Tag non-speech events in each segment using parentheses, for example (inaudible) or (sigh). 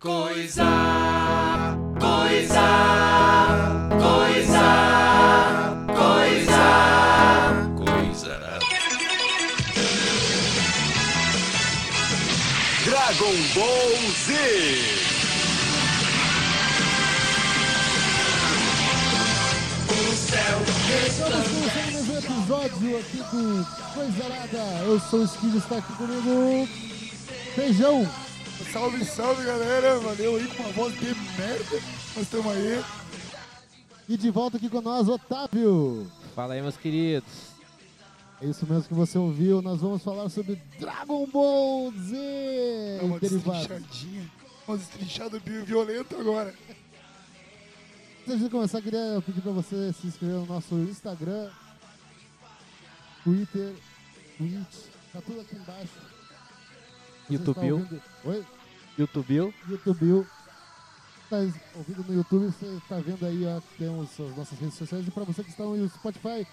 Coisa, coisa, coisa, coisa, coisa. Dragon Ball Z. Estamos começando mais um episódio aqui do Coisarada. Eu sou o Skid, está aqui comigo. Feijão. Salve, salve galera, valeu aí com uma voz de merda, mas tamo aí. E de volta aqui com nós, Otávio. Fala aí, meus queridos. É isso mesmo que você ouviu. Nós vamos falar sobre Dragon Ball Z É uma e derivados. destrinchadinha, uma destrinchada bi- violenta agora. Antes de começar, queria pedir para você se inscrever no nosso Instagram, Twitter, Twitch. Tá tudo aqui embaixo. Você está YouTube. um? ouvindo- Oi? YouTube. YouTube. Tá ouvindo no YouTube, você está vendo aí, ó, temos as nossas redes sociais. E para você que está no Spotify,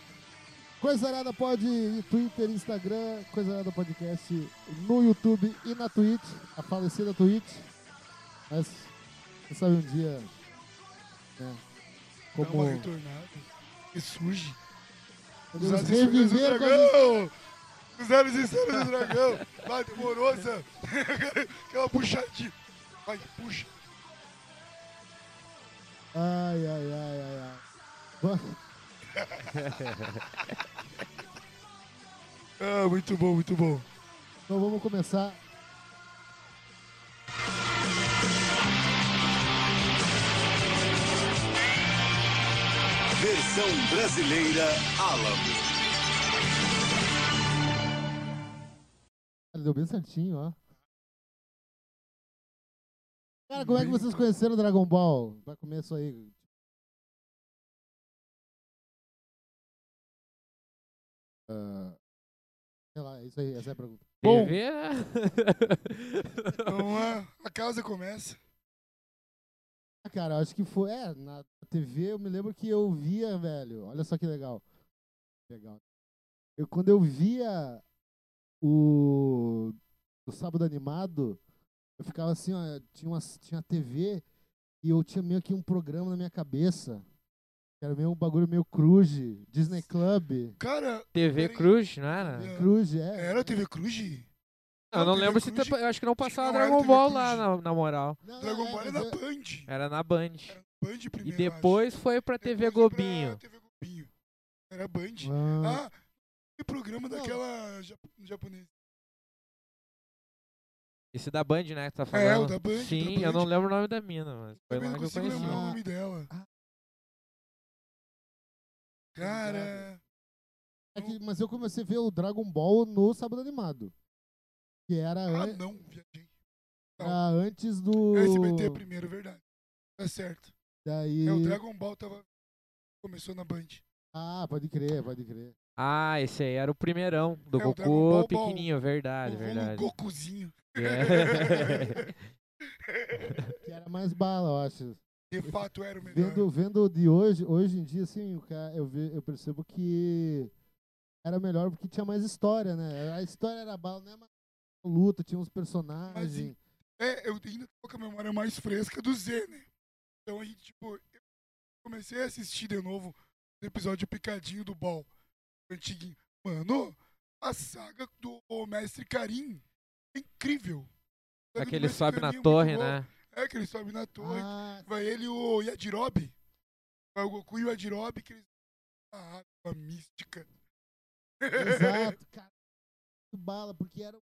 Coisarada pode ir Twitter, Instagram, Coisarada Podcast no YouTube e na Twitch, a falecida Twitch. Mas, quem sabe um dia, né, Dá uma como é? retornada. E surge. Os podemos anos sinceros do reviver coisas... dragão! Os anos sinceros do dragão! Vai, (laughs) demorosa! Aquela puxadinha. Vai, puxa. Ai, ai, ai, ai, ai. Bom, Ah, muito bom, muito bom. Então vamos começar. Versão brasileira Alamo. Cara, Deu bem certinho, ó. Cara, como é que vocês conheceram o Dragon Ball? Vai começo aí. Ah, sei lá, é isso aí, essa é a pergunta. Bom. TV, né? Então a, a casa começa. Ah, cara, eu acho que foi. É, na TV eu me lembro que eu via, velho. Olha só que legal. Legal. Eu, quando eu via o, o Sábado Animado, eu ficava assim, ó. Tinha uma, tinha uma TV e eu tinha meio que um programa na minha cabeça. que Era meio um bagulho meio cruz, Disney Club. Cara, TV Peraí. Cruz, não era? Cruz, é. era tipo TV Cruz? Eu não TV lembro se. Cruz. te- Eu acho que não passava não era Dragon TV Ball Cruz. lá, na, na moral. Não, não, Dragon é, Ball era mas na eu- Band. Era na Band. Band E primeiro, eu acho. depois foi pra TV Depois foi pra Globinho. TV Globinho. Era Band. Ah, Ah, e programa daquela jap japonesa. Esse da Band, né? Que tá É, falando. o da Band. Sim, da eu não Band. lembro o nome da mina, mas foi Também lá não que eu consigo conheci. lembrar o Ah. nome dela. Cara, é que- mas eu comecei a ver o Dragon Ball no Sábado Animado. Que era ah é? an- não, viajei. É Era Ah, antes do. SBT primeiro, verdade. Tá certo. Daí. É, o Dragon Ball tava... começou na Band. Ah, pode crer, pode crer. Ah, esse aí era o primeirão do É, o Dragon Goku Ball, pequenininho, O verdade, Romo (laughs) verdade. Gokuzinho. É. Que era mais bala, eu acho. De fato era o melhor. Vendo, vendo de hoje, hoje em dia, assim, o ca- eu, ve- eu percebo que era melhor porque tinha mais história, né? A história era bala, não é mais luta, tinha uns personagens. É, eu ainda tô com a memória mais fresca do Z, né? Então a gente, tipo, eu comecei a assistir de novo o episódio picadinho do Ball, antiguinho. Mano, a saga do Mestre Karim é incrível. A saga do (laughs) Aquele Mestre sobe na Karim é muito torre, boa. né? É, que ele sobe na torre. Ah, Vai ele e o Yajirobe. Vai o Goku e o Yajirobe, que eles... Ah, a mística. exato, cara. Muito bala, porque era. um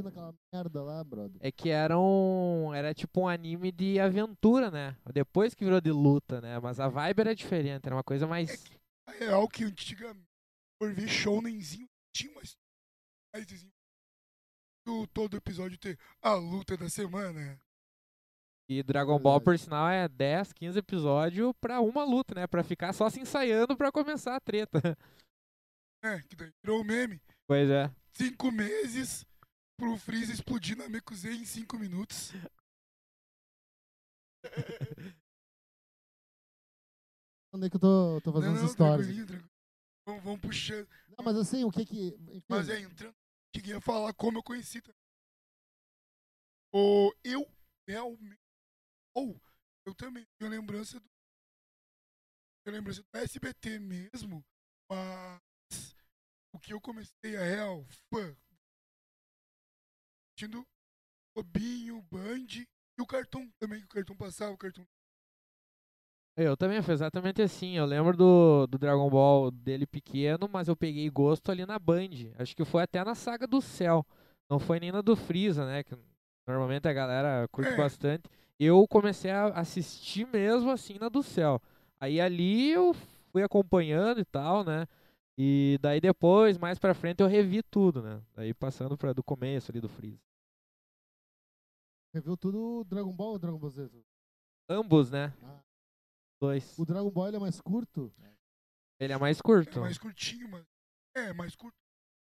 (laughs) Naquela merda lá, brother. É que era um. Era tipo um anime de aventura, né? Depois que virou de luta, né? Mas a vibe era diferente, era uma coisa mais. A real que antigamente, por ver shonenzinho, tinha uma história mais desenvolvida. Do todo episódio ter a luta da semana. E Dragon Ball, Verdade. por sinal, é 10, 15 episódios pra uma luta, né? Pra ficar só se ensaiando pra começar a treta. (laughs) É, que daí virou um meme. Pois é. Cinco meses pro Freeza explodir na Mekuzen em cinco minutos. Onde é que eu tô, tô fazendo essas histórias? tranquilinho, tranquilo. Vamos, vamos puxando. Não, mas assim, o que que. enfim, Mas é, entrando, cheguei a falar como eu conheci. tá? Ou eu realmente. Ou eu também tenho lembrança do. Tenho lembrança do SBT mesmo, mas o que eu comecei a real fã. Assistindo Bobinho, Band e o cartão também, que o cartão passava, o cartão. Eu também, foi exatamente assim. Eu lembro do, do Dragon Ball dele pequeno, mas eu peguei gosto ali na Band. Acho que foi até na Saga do Céu. Não foi nem na do Freeza, né? Que normalmente a galera curte É. bastante. Eu comecei a assistir mesmo assim na do Céu. Aí ali eu fui acompanhando e tal, né? E daí depois, mais pra frente, eu revi tudo, né? Daí passando pra, do começo ali do Freeza. Reviu tudo o Dragon Ball ou Dragon Ball Z? Ambos, né? Ah. Dois. O Dragon Ball ele é mais curto? Ele é mais É curto. mais curtinho, mas. É, mais curto.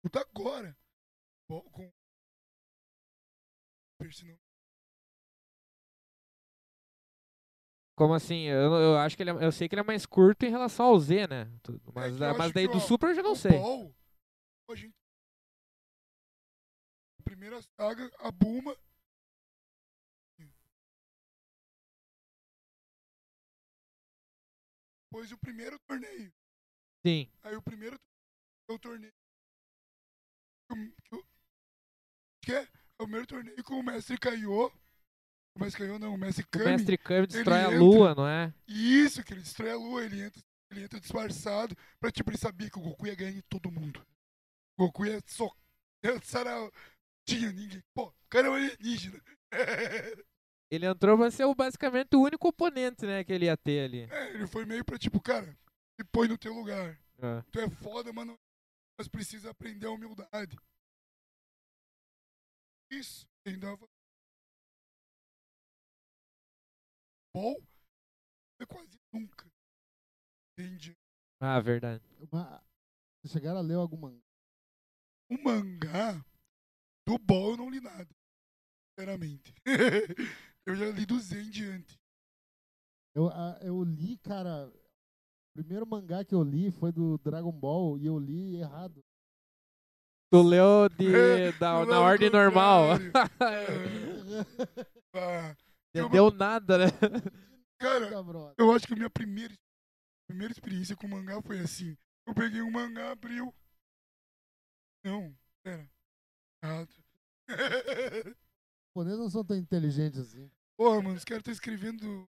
Curto agora. Bom, com. Percy não. Como assim? Eu, eu acho que ele é- eu sei que ele é mais curto em relação ao Z, né? Tu- Mas, É que eu da- mas acho daí que, do ó, Super eu já não o sei. Paul, a gente. A primeira saga, a Buma. Depois o primeiro torneio. Sim. Aí o primeiro é o torneio. que o- que o- Que é? É o primeiro torneio com o mestre Kaiô. O mestre Kaiô não, o mestre O Kami. Mestre Kami destrói a entra- lua, não é? E Isso, que ele destrói a lua, ele entra, ele entra disfarçado pra tipo, ele sabia que o Goku ia ganhar de todo mundo. O Goku ia só. ia sarar- Tinha ninguém. Pô, o cara é um alienígena. (laughs) Ele entrou pra ser o- basicamente o único oponente, né, que ele ia ter ali. É, ele foi meio pra tipo, cara, me põe no teu lugar. É. Tu é foda, mano. Mas precisa aprender a humildade. Isso, quem dava. Bom, é quase nunca. Entendi. Ah, verdade. Uma... Vocês chegaram a ler alguma. O um mangá do Ball eu não li nada. Sinceramente. (laughs) eu já li do Zen diante. Eu, a- eu li, cara. O primeiro mangá que eu li foi do Dragon Ball e eu li (laughs) errado. Tu leu de, É, eu da, na leu ao ordem normal. É. É, (laughs) Ah, Não deu nada, (laughs) né? cara, Tá, brother. eu acho que a minha primeira, primeira experiência com mangá foi assim. Eu peguei um mangá, abriu. Não, pera. Errado. (laughs) Os japoneses não são tão inteligentes assim. Porra, mano, os caras estão escrevendo.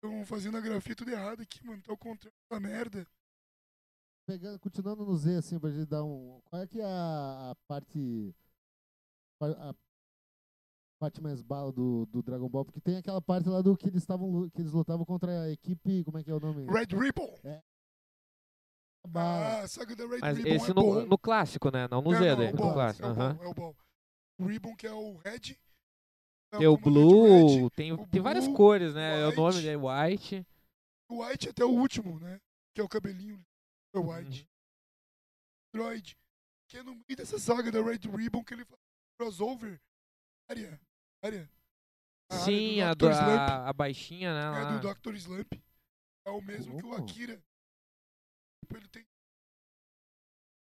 Estão fazendo a grafia tudo errado aqui, mano. Tá ao contrário da merda. Pegando, continuando no Z, assim, pra gente dar um. Qual é que é a, a parte. A, a parte mais bala do, do Dragon Ball? Porque tem aquela parte lá do que eles estavam lu- que eles lutavam contra a equipe. Como é que é o nome? Red Ribbon. Bala. Ah, a saga da Red Mas Ribbon esse é no, bom. no clássico, né? Não no É, Z, não, daí, é o no bom, clássico. É o aham. bom, é o bom. O Ribbon, que é o Red. é Tem o comandante Blue, Red, tem, o tem várias Blue, cores, né? É O White. nome dele, White. O White até o último, né? Que é o cabelinho. É Uhum. o White. Droid. Que é no meio dessa saga da Red Ribbon que ele faz um crossover. Área. Área. A área Sim, a, do do, Dr. Slump. a, Oh. a baixinha, né? É lá. do Dr. Slump. É o mesmo que o Como? Akira. Tipo, ele tem.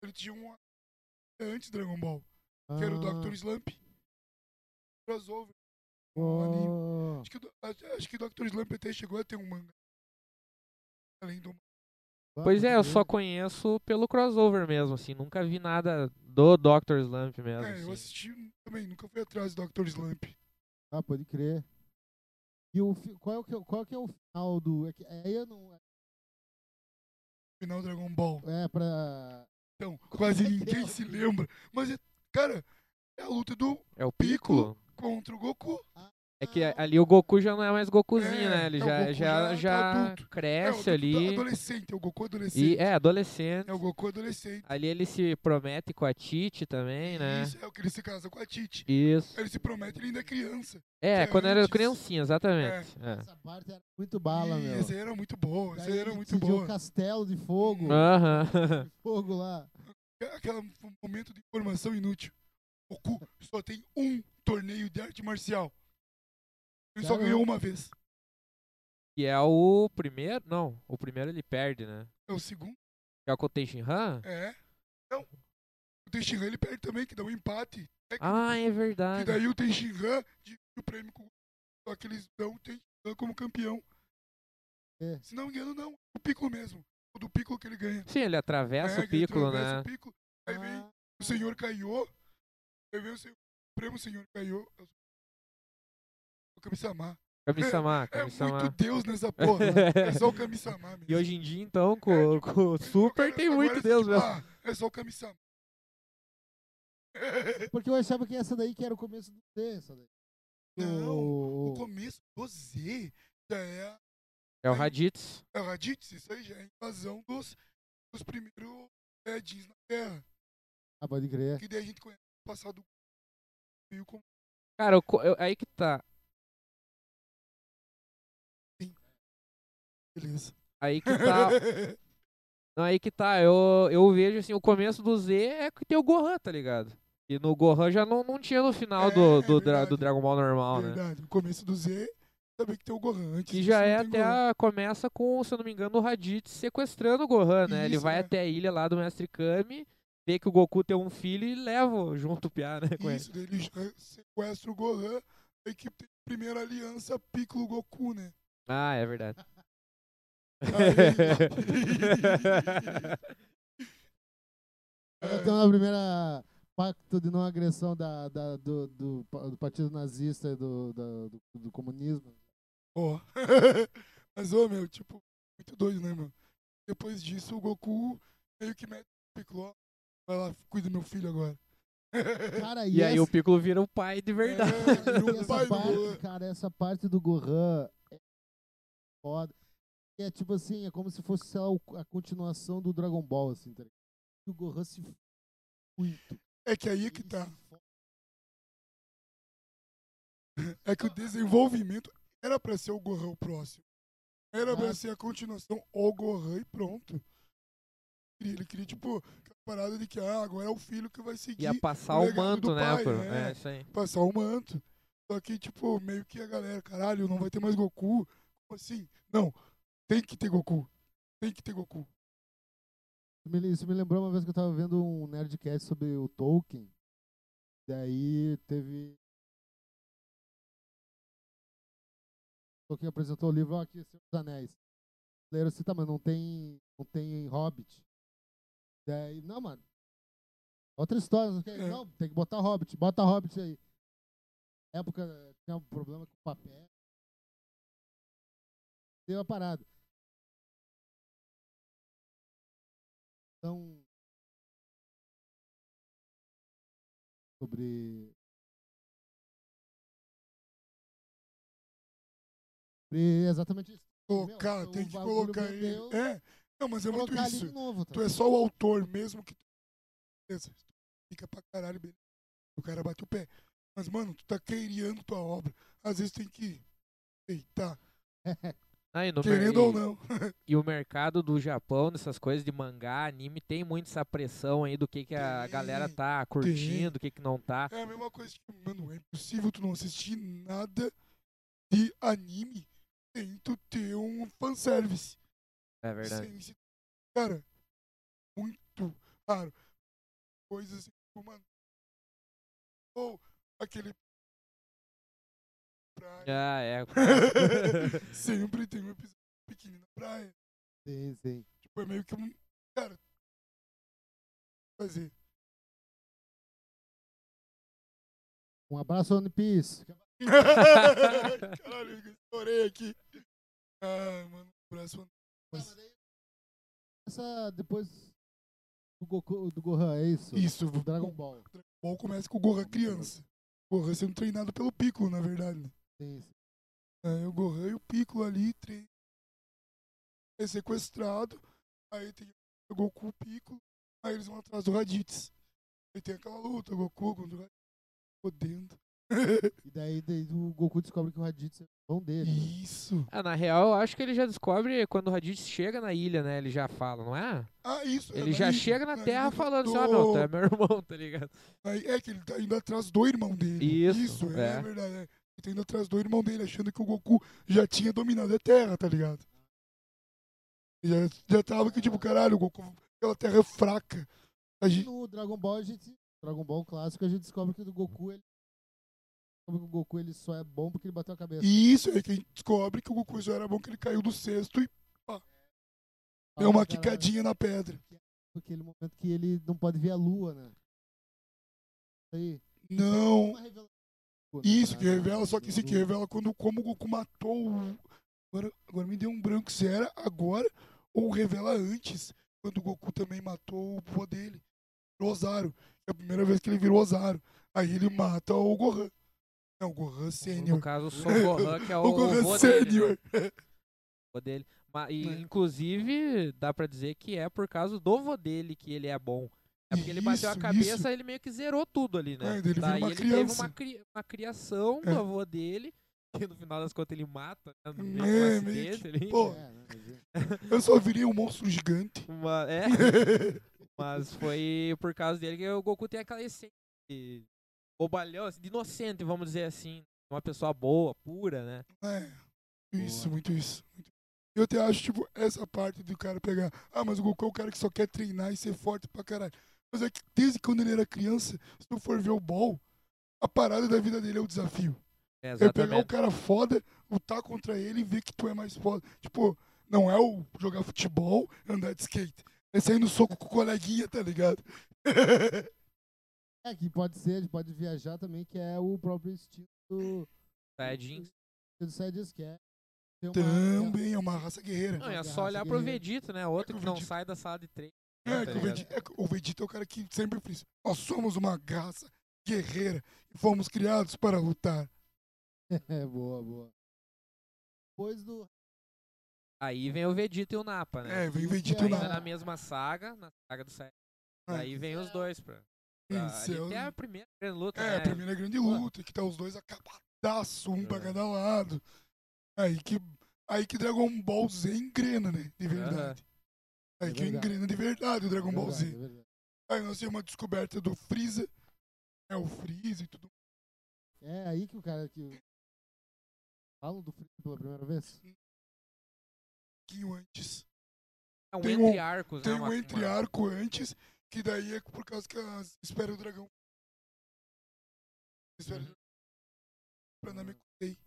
Ele tinha um. Antes Dragon Ball. que era o Dr. Ah. Ah, Slump. Crossover. um anime. Oh. Acho que, o do- acho- acho que o Dr. Slump até chegou a ter um manga. Além do. Pois é, eu só conheço pelo crossover mesmo, assim. Nunca vi nada do Dr. Slump mesmo. É, eu assim. assisti também, nunca fui atrás do Dr. Slump. Ah, pode crer. E o, fi- qual, é o que, qual que é o final do. É, que, é, eu não, Final Dragon Ball. é pra. Então, quase ninguém se lembra. Mas, é- cara, é a luta do É o Piccolo. Piccolo. contra o Goku. É que ali o Goku já não é mais Gokuzinho, É, né? Ele é, o já, Goku já, já já tá adulto. é, o cresce Goku tá ali. Adolescente, é o Goku adolescente. E, é, adolescente. É o Goku adolescente. Ali ele se promete com a Titi também, né? Isso é o que ele se casa com a Titi. Isso. Ele se promete, ele ainda é criança. É, é quando era antes. criancinha, exatamente. É. Essa parte era muito bala, e meu. essa aí era muito boa, essa Daí aí era ele muito decidiu boa. o castelo de fogo. Hum. Aham. (laughs) Fogo lá. Aquele um momento de informação inútil. Goku só tem um torneio de arte marcial. Ele só Cara, ganhou uma vez. que é o primeiro. Não, o primeiro ele perde, né? É o segundo? Que é o Kotei Shinhan? É. Não. O Tenshinhan ele perde também, que dá um empate. técnico. Ah, é E verdade. daí o Tenshinhan de o prêmio com só que eles dão tem como campeão. É. Se não me engano, não. O pico mesmo. O do pico que ele ganha. Sim, ele atravessa o que ele Piccolo, atravessa né? Ah. o Piccolo, aí vem Ah, o senhor Caiô. Aí vem o, senhor, o prêmio senhor Caiô. é O Kami-sama. Kami-sama, É Kami-sama. muito Deus nessa porra. né? É só o Kami-sama mesmo. E hoje em dia, então, com, É, com o Super tem Agora, muito tipo, Deus né? mesmo. ah, é só o Kami-sama. Porque eu achava que essa daí que era o começo do Z, essa daí. Não, O O- começo do Z já é a- É o Raditz. é a Raditz, isso aí já é a invasão dos, dos primeiros é, jeans na Terra. Ah, pode crer. Que daí a gente conhece o passado meio como Cara, eu co- eu- aí que tá. beleza. Aí que (laughs) tá. Não, aí que tá. Eu, eu vejo assim, o começo do Z é que tem o Gohan, tá ligado? E no Gohan já não, não tinha no final do, É, é do, dra- do verdade. Dragon Ball normal, né? Verdade. O começo do Z também que tem o Gohan. Antes Que disso já não é tem até Gohan. a, começa com, se eu não me engano, o Raditz sequestrando o Gohan, né? Ele Isso, vai é. até a ilha lá do Mestre Kami, vê que o Goku tem um filho e leva o- junto o Piá, né? Com ele. Isso, daí ele já sequestra o Gohan. A equipe tem a primeira aliança Piccolo Goku, né? Ah, é verdade. (laughs) é. Aí Tem uma Então, primeira pacto de não agressão da, da- do, do, do Partido Nazista e do, da- do, do comunismo. Ó. (laughs) Mas, ô, meu, tipo, muito doido, né, mano? Depois disso, o Goku meio que mete o Piccolo. ó, Vai lá, cuida do meu filho agora. (laughs) Cara, e aí essa- o Piccolo vira o pai de verdade. É, E e o pai do Gohan. essa parte, cara, essa parte do Gohan é foda. É tipo assim, é como se fosse sei lá, o- a continuação do Dragon Ball, assim, tá ligado? E o Gohan se f- muito. É que aí é que Ele tá. se fode. É que o desenvolvimento era pra ser o Gohan o próximo. Era pra Ah. ser a continuação o Gohan e pronto. Ele- Ele queria, tipo, aquela parada de que ah, agora é o filho que vai seguir, Ia passar o o legado manto, do né, pai, pro- né? É, isso aí. passar o manto. Só que, tipo, meio que a galera, caralho, não vai ter mais Goku. Como assim? Não, tem que ter Goku. Tem que ter Goku. Isso me- Isso me lembrou uma vez que eu tava vendo um Nerdcast sobre o Tolkien. Daí teve. Tolkien apresentou o livro, ó, aqui, Senhor dos Anéis. Leram assim, tá, mas não tem, não tem Hobbit. Daí, É, não, mano. Outra história, não, quer- É. não, tem que botar Hobbit, bota Hobbit aí. Na época eh, tinha um problema com papel. Deu a parada. Então. Sobre. Sobre exatamente isso. Colocar, Meu, tem o que bagulho colocar me ele. deu- É, não, mas é muito Colocar ali isso. de novo. Tá? Tu é só o autor mesmo que tu. Beleza, tu Fica pra caralho, beleza. O cara bate o pé. Mas, mano, tu tá criando tua obra. Às vezes tem que deitar, Ah, e no mer- querendo e- ou não. (laughs) E o mercado do Japão, dessas coisas de mangá, anime, tem muito essa pressão aí do que, que a Tem, galera tá curtindo, o que, que não tá. É a mesma coisa que, mano, é impossível tu não assistir nada de anime sem tu ter um fanservice. É verdade. Sem se- Cara, muito raro. Coisas assim, tipo, mano. Ou aquele. Pra Ah, é. (laughs) (laughs) Sempre tem um episódio pequeno na praia. Sim, sim. Tipo, é meio que um. Cara. Fazer. (laughs) Um abraço, One Piece. Caralho, eu estourei aqui. Ai, mano, o próximo. Essa depois do, Goku, do Gohan, é isso? Isso, Do Dragon Ball. O Ball né? começa com o Gohan criança. O Gohan sendo treinado pelo Piccolo, na verdade. né? Sim, sim. Aí o Gohan e É, o Piccolo ali tre... é sequestrado. Aí tem o Goku e o Piccolo. Aí eles vão atrás do Raditz. Aí tem aquela luta, o Goku contra o Raditz. Fodendo. E daí, daí o Goku descobre que o Raditz é o irmão dele. Isso. Ah, na real, eu acho que ele já descobre quando o Raditz chega na ilha, né? Ele já fala, não é? Ah, isso. é Ele na já ilha, chega na terra ilha falando do- assim, ó, meu, tu é meu irmão, (laughs) tá ligado? Aí é que ele tá indo atrás do irmão dele. Isso, é, é. verdade. É. Ele tá indo atrás do irmão dele, achando que o Goku já tinha dominado a Terra, tá ligado? Já, já tava que, tipo, caralho, o Goku, aquela Terra é fraca. A gente, No Dragon Ball, a gente. Dragon Ball clássico, a gente descobre que o Goku ele descobre que o Goku ele só é bom porque ele bateu a cabeça. E isso aí que a gente descobre que o Goku já era bom que ele caiu do cesto e deu uma Ah, caralho, é quicadinha na pedra. Aquele momento que ele não pode ver a lua, né? Aí. Não, Uma revelação, né, Isso cara? que revela, só que isso que Do- revela quando como o Goku matou o. Agora, agora me deu um branco se era agora ou revela antes, quando o Goku também matou o vô dele, o Ozaru. É a primeira vez que ele virou Ozaru. Aí ele mata o Gohan. Não, o Gohan No Sênior. caso, o Socorran, que é o, (laughs) O o Gohan vô dele, né? Sênior. vô dele. Ma- e, É. inclusive, dá pra dizer que é por causa do vô dele que ele é bom. É porque ele bateu a Isso, cabeça isso. ele meio que zerou tudo ali, né? É, ele virou Daí uma ele teve criança. uma, cri- uma criação É. do avô dele, que no final das contas ele mata, né? No meio É, do meio acidente ali. Pô. É, né, mas é. Eu só virei um monstro gigante. (laughs) Uma- é, mas foi por causa dele que o Goku tem aquela essência de bobalhão, assim, de inocente, vamos dizer assim. Uma pessoa boa, pura, né? É. Isso, Boa. muito isso. muito. Eu até acho, tipo, essa parte do cara pegar. Ah, mas o Goku é o cara que só quer treinar e ser forte pra caralho. Mas é que desde quando ele era criança, se tu for ver o Ball, a parada da vida dele é o desafio. É, É pegar o exatamente. cara foda, lutar contra ele e ver que tu é mais foda. Tipo, não é o jogar futebol, andar de skate. É sair no soco com o coleguinha, tá ligado? (laughs) É, que pode ser, ele pode viajar também, que é o próprio estilo do Tadinho. do Saiyajins, que é ter uma- Também é uma raça guerreira. Não, Uma é só garrafa olhar de pro rede. Vegeta, né? Outro É que o que não Vegeta- sai da sala de treino. É, tá que o, ligado? Vegeta, é que o Vegeta é o cara que sempre fez. Nós somos uma graça guerreira e fomos criados para lutar. (laughs) É, boa, boa. Depois do. Aí vem o Vegeta e o Napa, né? É, vem o Vegeta Ainda e o aí na Napa. mesma saga, na saga do Sai. É. Aí vem os dois pra. pra Isso, é, ali o- que é a primeira grande luta, é né? a primeira grande luta, que tá os dois acabadaço, um pra É. cada lado. Aí que, aí que Dragon Ball Z engrena, né? De Aham. verdade. Aí É que verdade. engrena de verdade o Dragon Ball Verdade, Z. é verdade. Aí nós temos uma descoberta do Freeza. É o Freeza e tudo. É aí que o cara que. Falam do Freeza pela primeira vez? um pouquinho antes. É um Tem um- entre arcos, Tem né? um uma- entre uma- arco antes, que daí é por causa que as espera o dragão. Espera o Uhum. dragão. Pra Namekusei.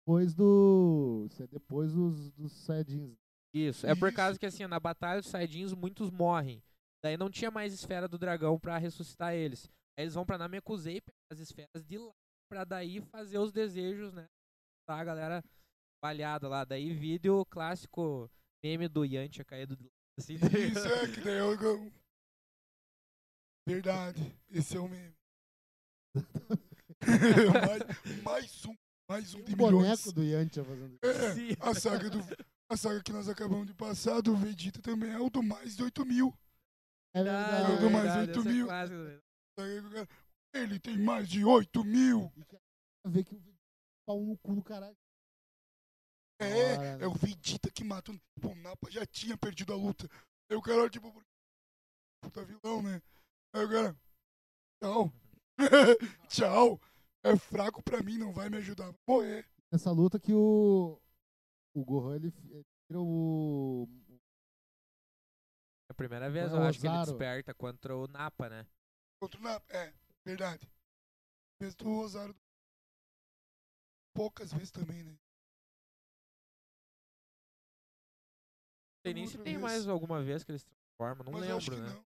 Depois do. Isso é depois dos, dos Saiyajins. Isso. É por Isso. causa que, assim, na Batalha dos Saiyajins, muitos morrem. Daí não tinha mais esfera do dragão pra ressuscitar eles. Aí eles vão pra Namekusei pegar as esferas de lá pra daí fazer os desejos, né? Tá, a galera espalhada lá. Daí vídeo clássico meme do Yantia caído de lá. Assim, Isso é que daí é o dragão. Verdade, esse é o meme. (laughs) mais, mais um, mais um de O milhões. boneco do Yantia fazendo isso. É, Sim. a saga do. A saga que nós acabamos de passar, do Vegeta também é o do mais de 8 mil. É (laughs) Ah, verdade. Jogo mais oito verdade, essa é mil. clássica também. Ele tem mais de 8 mil. E que- Vê que o pau no cu do caralho. Bora, É, né? é o Vegeta que mata. o- Tipo, o Napa já tinha perdido a luta. Aí o cara, tipo, por- puta vilão, né? Aí o cara, tchau. (laughs) tchau. É fraco pra mim, não vai me ajudar. Pô, é. Nessa luta que o. O Gohan ele, ele tira o. É a primeira vez, É, eu o acho que ele Ozaru. desperta contra o Napa, né? Contra o Napa. É, verdade. Mesmo o Rosário. Poucas vezes também, né? Não sei nem se Outra tem vez. mais alguma vez que eles transformam, não Mas eu acho lembro, que né? não.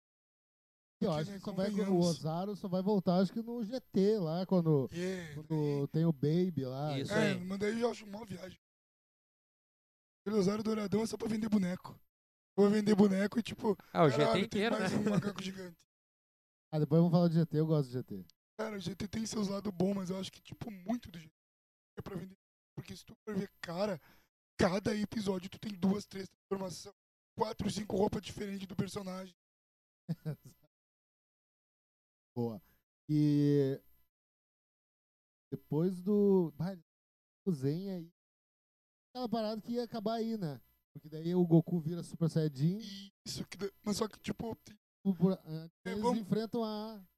Eu Porque, acho né, que só vai, o convenhamos. Ozaru só vai voltar, acho que no GT lá, quando, Yeah, quando tem o Baby lá. Isso É, aí. mas daí eu já acho uma viagem. O Rosário Douradão é só pra vender boneco. Vou vender boneco e, tipo, Ah, o Caralho, GT inteiro, tem mais um né? macaco gigante. Ah, depois vamos falar de GT, eu gosto de GT. Cara, o GT tem seus lados bons, mas eu acho que, tipo, muito do GT é pra vender. Porque se tu for ver, cara, cada episódio tu tem duas, três transformações, quatro, cinco roupas diferentes do personagem. (laughs) Boa. E depois do. Bah, o Zen aí. Aquela parada que ia acabar aí, né? Porque daí o Goku vira Super Saiyajin. E isso que. dá- Mas só que, tipo, tem... o Bura- ah, É, Eles vamos- enfrentam a. (laughs)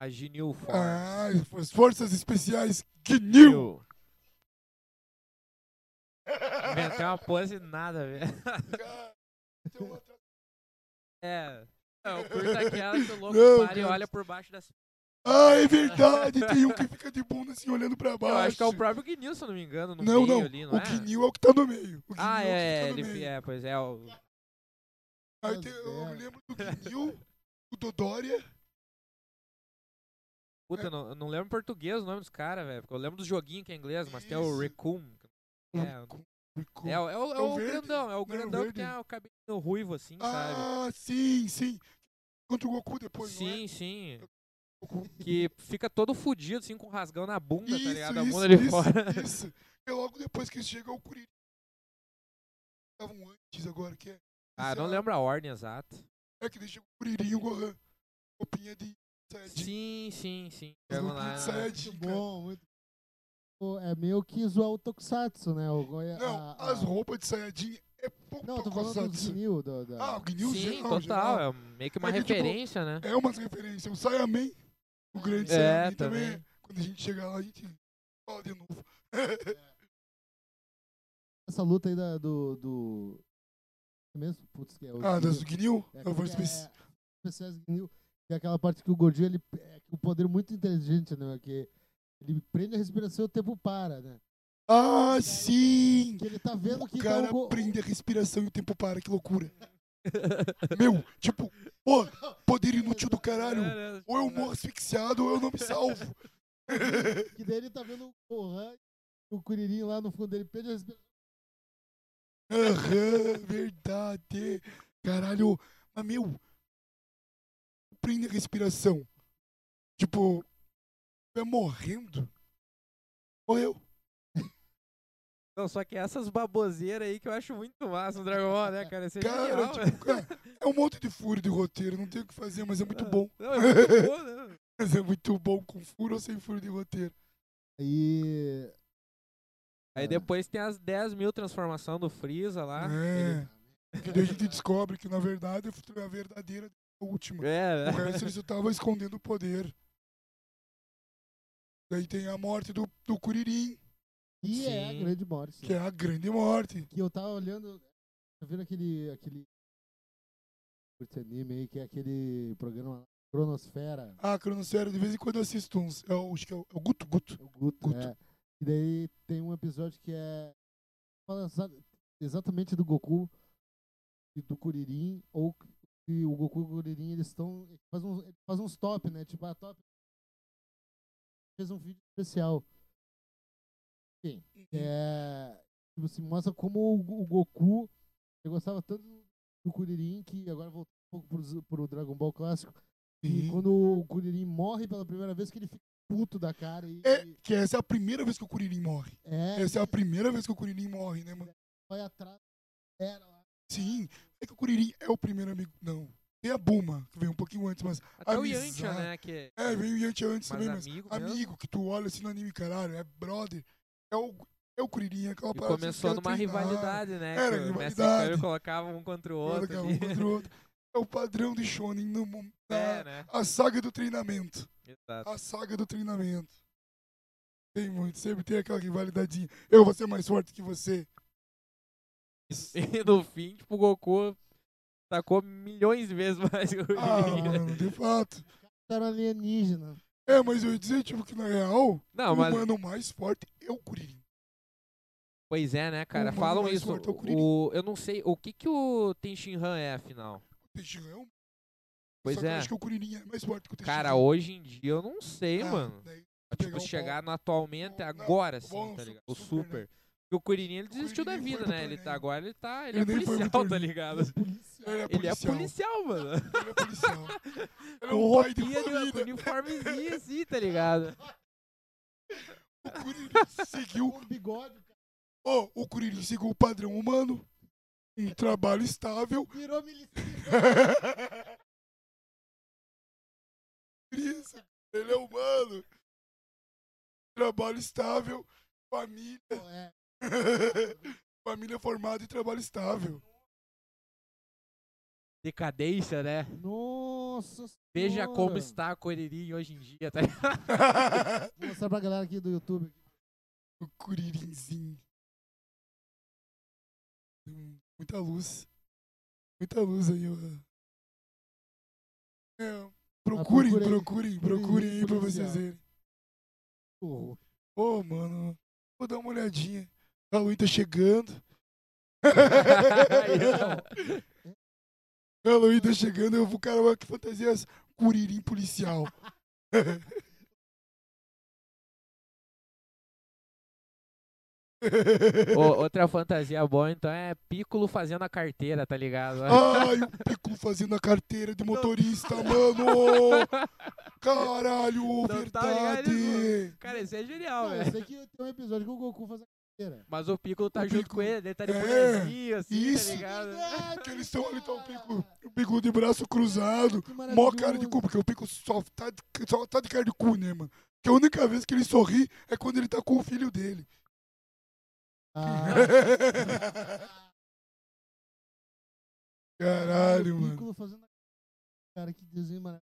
A Ginyu Force. Ah, as forças especiais Gnil! (laughs) Inventei uma pose nada, velho. (laughs) Cara, tem um atrás- É. Eu curto (laughs) aquela que o louco Não, para e cara. olha por baixo da Ah, é verdade. Tem um que fica de bunda assim, olhando pra Eu baixo. acho que é o próprio Guinil, se eu não me engano, no Não, meio não. ali, não o é? Guinil é o que tá no meio. O Ah, Guinil é, o é, que tá no ele, meio. é, pois é. O... Aí tem- é. eu lembro do Guinil, o Dodória. Puta, eu não, eu não lembro em português o nome dos caras, velho. porque Eu lembro dos joguinhos que é inglês, mas tem o Isso. Raccoon. É, Rico. é, o- é o, é É o o verde? grandão, é o Não era o grandão verde? que tem o cabelo ruivo, assim, sabe? ah, sim, sim. Contra o Goku depois, não é? sim, sim. Goku. Que fica todo fudido, assim, com rasgão na bunda, Isso, tá ligado? A isso, bunda de isso, (laughs) fora. Isso. E logo depois que chega o Curitiba. Estavam antes agora, que é. Ah, sei não lá, lembro a ordem exata. É que deixa o Curirinho e o Gohan. Roupinha de Saiyajin. Sim, sim, sim. Os Chegam roupinhas lá. né? de Muito Saiyajin, cara. bom, muito bom. É meio que zoar o Tokusatsu, né? O Goya, Não, a- a- as roupas de Saiyajin é pouco ah. Não, tô falando do tokusatsu. vinil. Da, da- Ah, o Gnil Sim, geral, total. geral. É meio que uma É que, tipo, referência, né? É umas referências. O Saiyaman, o grande É, Saiyaman também. também. é. Quando a gente chegar lá, a gente fala de (laughs) novo. Essa luta aí da, do... do... É mesmo? Putz, que é o ah, Gnil. das Gnil? É, eu vou que é- esquecer. especiais Gnil. Que é aquela parte que o Gordinho, ele... É um poder muito inteligente, né? Que ele prende a respiração e o tempo para, né? Ah, sim! Que ele tá vendo que O tá cara o Go- prende a respiração e o tempo para, que loucura. Meu, tipo, ô, poder inútil do caralho. um É, né? Ou eu morro asfixiado ou eu não me salvo. Que daí ele tá vendo o Gohan e o Kuririn lá no fundo dele. Prende a respiração. Aham, verdade. Caralho, mas meu, prende a respiração. Tipo, vai morrendo. Morreu. Não, só que essas baboseiras aí que eu acho muito massa no Dragon Ball, né, cara? Isso é Cara, genial, velho. tipo, cara, é um monte de furo de roteiro, não tem o que fazer, mas é muito bom. Não, (laughs) é muito bom, né? Mas é muito bom com furo ou sem furo de roteiro. Aí... Aí É. depois tem as 10 mil transformações do Freeza lá. É. Que daí a gente descobre que na verdade a verdadeira é a última. Ele- É, O né? resto eles estavam escondendo o poder. Daí tem a morte do, do Kuririn, E é a Sim. grande morte. que é a grande morte. que eu tava olhando, tá vendo aquele aquele esse anime aí que é aquele programa Cronosfera, Ah, Cronosfera, de vez em quando eu assisto uns. É o, acho que é o, é o Guto Guto. é o Guto, Guto. é. E daí tem um episódio que é fala exa- exatamente do Goku e do Kuririn ou que o Goku e o Kuririn eles estão ele faz um ele faz uns top, né? Tipo a top fez um vídeo especial que é tipo assim, mostra como o, Go- o Goku eu gostava tanto do Kuririn que agora voltou um pouco pro, Z- pro Dragon Ball clássico e Hum, Sim. quando o Kuririn morre pela primeira vez que ele fica puto da cara e É, que essa é a primeira vez que o Kuririn morre. é, Essa é a primeira vez que o Kuririn morre, né, mano? vai atrás era lá Sim, é que o Kuririn é o primeiro amigo. Não. Tem a Buma, que veio um pouquinho antes, mas. Até o amizade. Yantia, né? Que... É, veio o Yantia antes Mas também, mas. amigo mesmo. Amigo, que tu olha assim no anime, caralho, é brother. É o, é o Kuririn, é aquela E parada. que os começou caras numa treinaram. rivalidade, né? Era que o Mestre rivalidade. Kami colocava um contra o Olha, outro. cara, ali. um contra o outro. É o padrão de Shonen no mundo. (laughs) É, né? A saga do treinamento. Exato. A saga do treinamento. Tem muito, sempre tem aquela rivalidadinha. Eu vou ser mais forte que você. E (laughs) no fim, tipo, o Goku tacou milhões de vezes mais (laughs) que o Ah, Kuririn, né? mano, de fato. era alienígena É, mas eu ia dizer, tipo, que na real, Não, o Ah, mas. humano mais forte é o Kuririn. Pois é, né, cara? humano Falam mais isso. forte é o Kuririn. O, eu não sei. O que, que o Tenshinhan é, afinal? O Teixeira é um. Pois Só que eu é. acho que o Kuririn é mais forte que o Teixeira. Cara, hoje em dia eu não sei, Ah, mano. daí, pegar Tipo, um chegar no Não, atualmente, não, o agora, assim, bom tá é o ligado? O super, né? super. Porque o Kuririn, ele Kuririn desistiu da nem foi vida, pro né? Ele torneio. tá agora, ele tá. Ele, Ele é nem foi pro policial, (laughs) tá torneio. ligado? Ele é Ele é policial. policial, mano. Ele é policial. Ele é Com um pai de roupinha, de- com família. uniformezinho assim, (laughs) tá ligado? O Kuririn seguiu com bigode Ó, o Kuririn seguiu o padrão humano, um trabalho estável. virou militar Por (laughs) Isso, ele é humano. Trabalho estável, família. (laughs) é. família formada e trabalho estável. Decadência, né? nossa Veja como Hum. Senhora. está a Kuririn hoje em (laughs) dia, tá ligado? vou mostrar pra galera aqui do YouTube o Curirinzinho. Hum, Muita luz. Muita luz aí, ó. É, procurem, procura aí. procurem, procurem aí pra vocês Policial. verem. Porra. Ô, mano, vou dar uma olhadinha. Halloween tá chegando. (laughs) Halloween tá chegando, eu vou, cara, que fantasias curirim policial. (laughs) Ô, outra fantasia boa, então, é Piccolo fazendo a carteira, tá ligado? Ai, o Piccolo fazendo a carteira de motorista, mano! (laughs) Caralho, Não, tá ligado, verdade! Cara, isso é Não, genial, velho. esse aqui tem um episódio que o Goku faz a carteira. Mas o Piccolo tá O junto Piccolo- com ele, ele tá de É, bonezinho, assim, isso. tá ligado? que eles estão ali, tá o Piccolo, o Piccolo de braço cruzado, Que mó cara de maravilhoso. cu, porque o Piccolo só tá, de- só tá de cara de cu, né, mano? Porque a única vez que ele sorri é quando ele tá com o filho dele. (laughs) Ah, Caralho, o mano. Piccolo fazendo a- Cara, que desenho maravilhoso.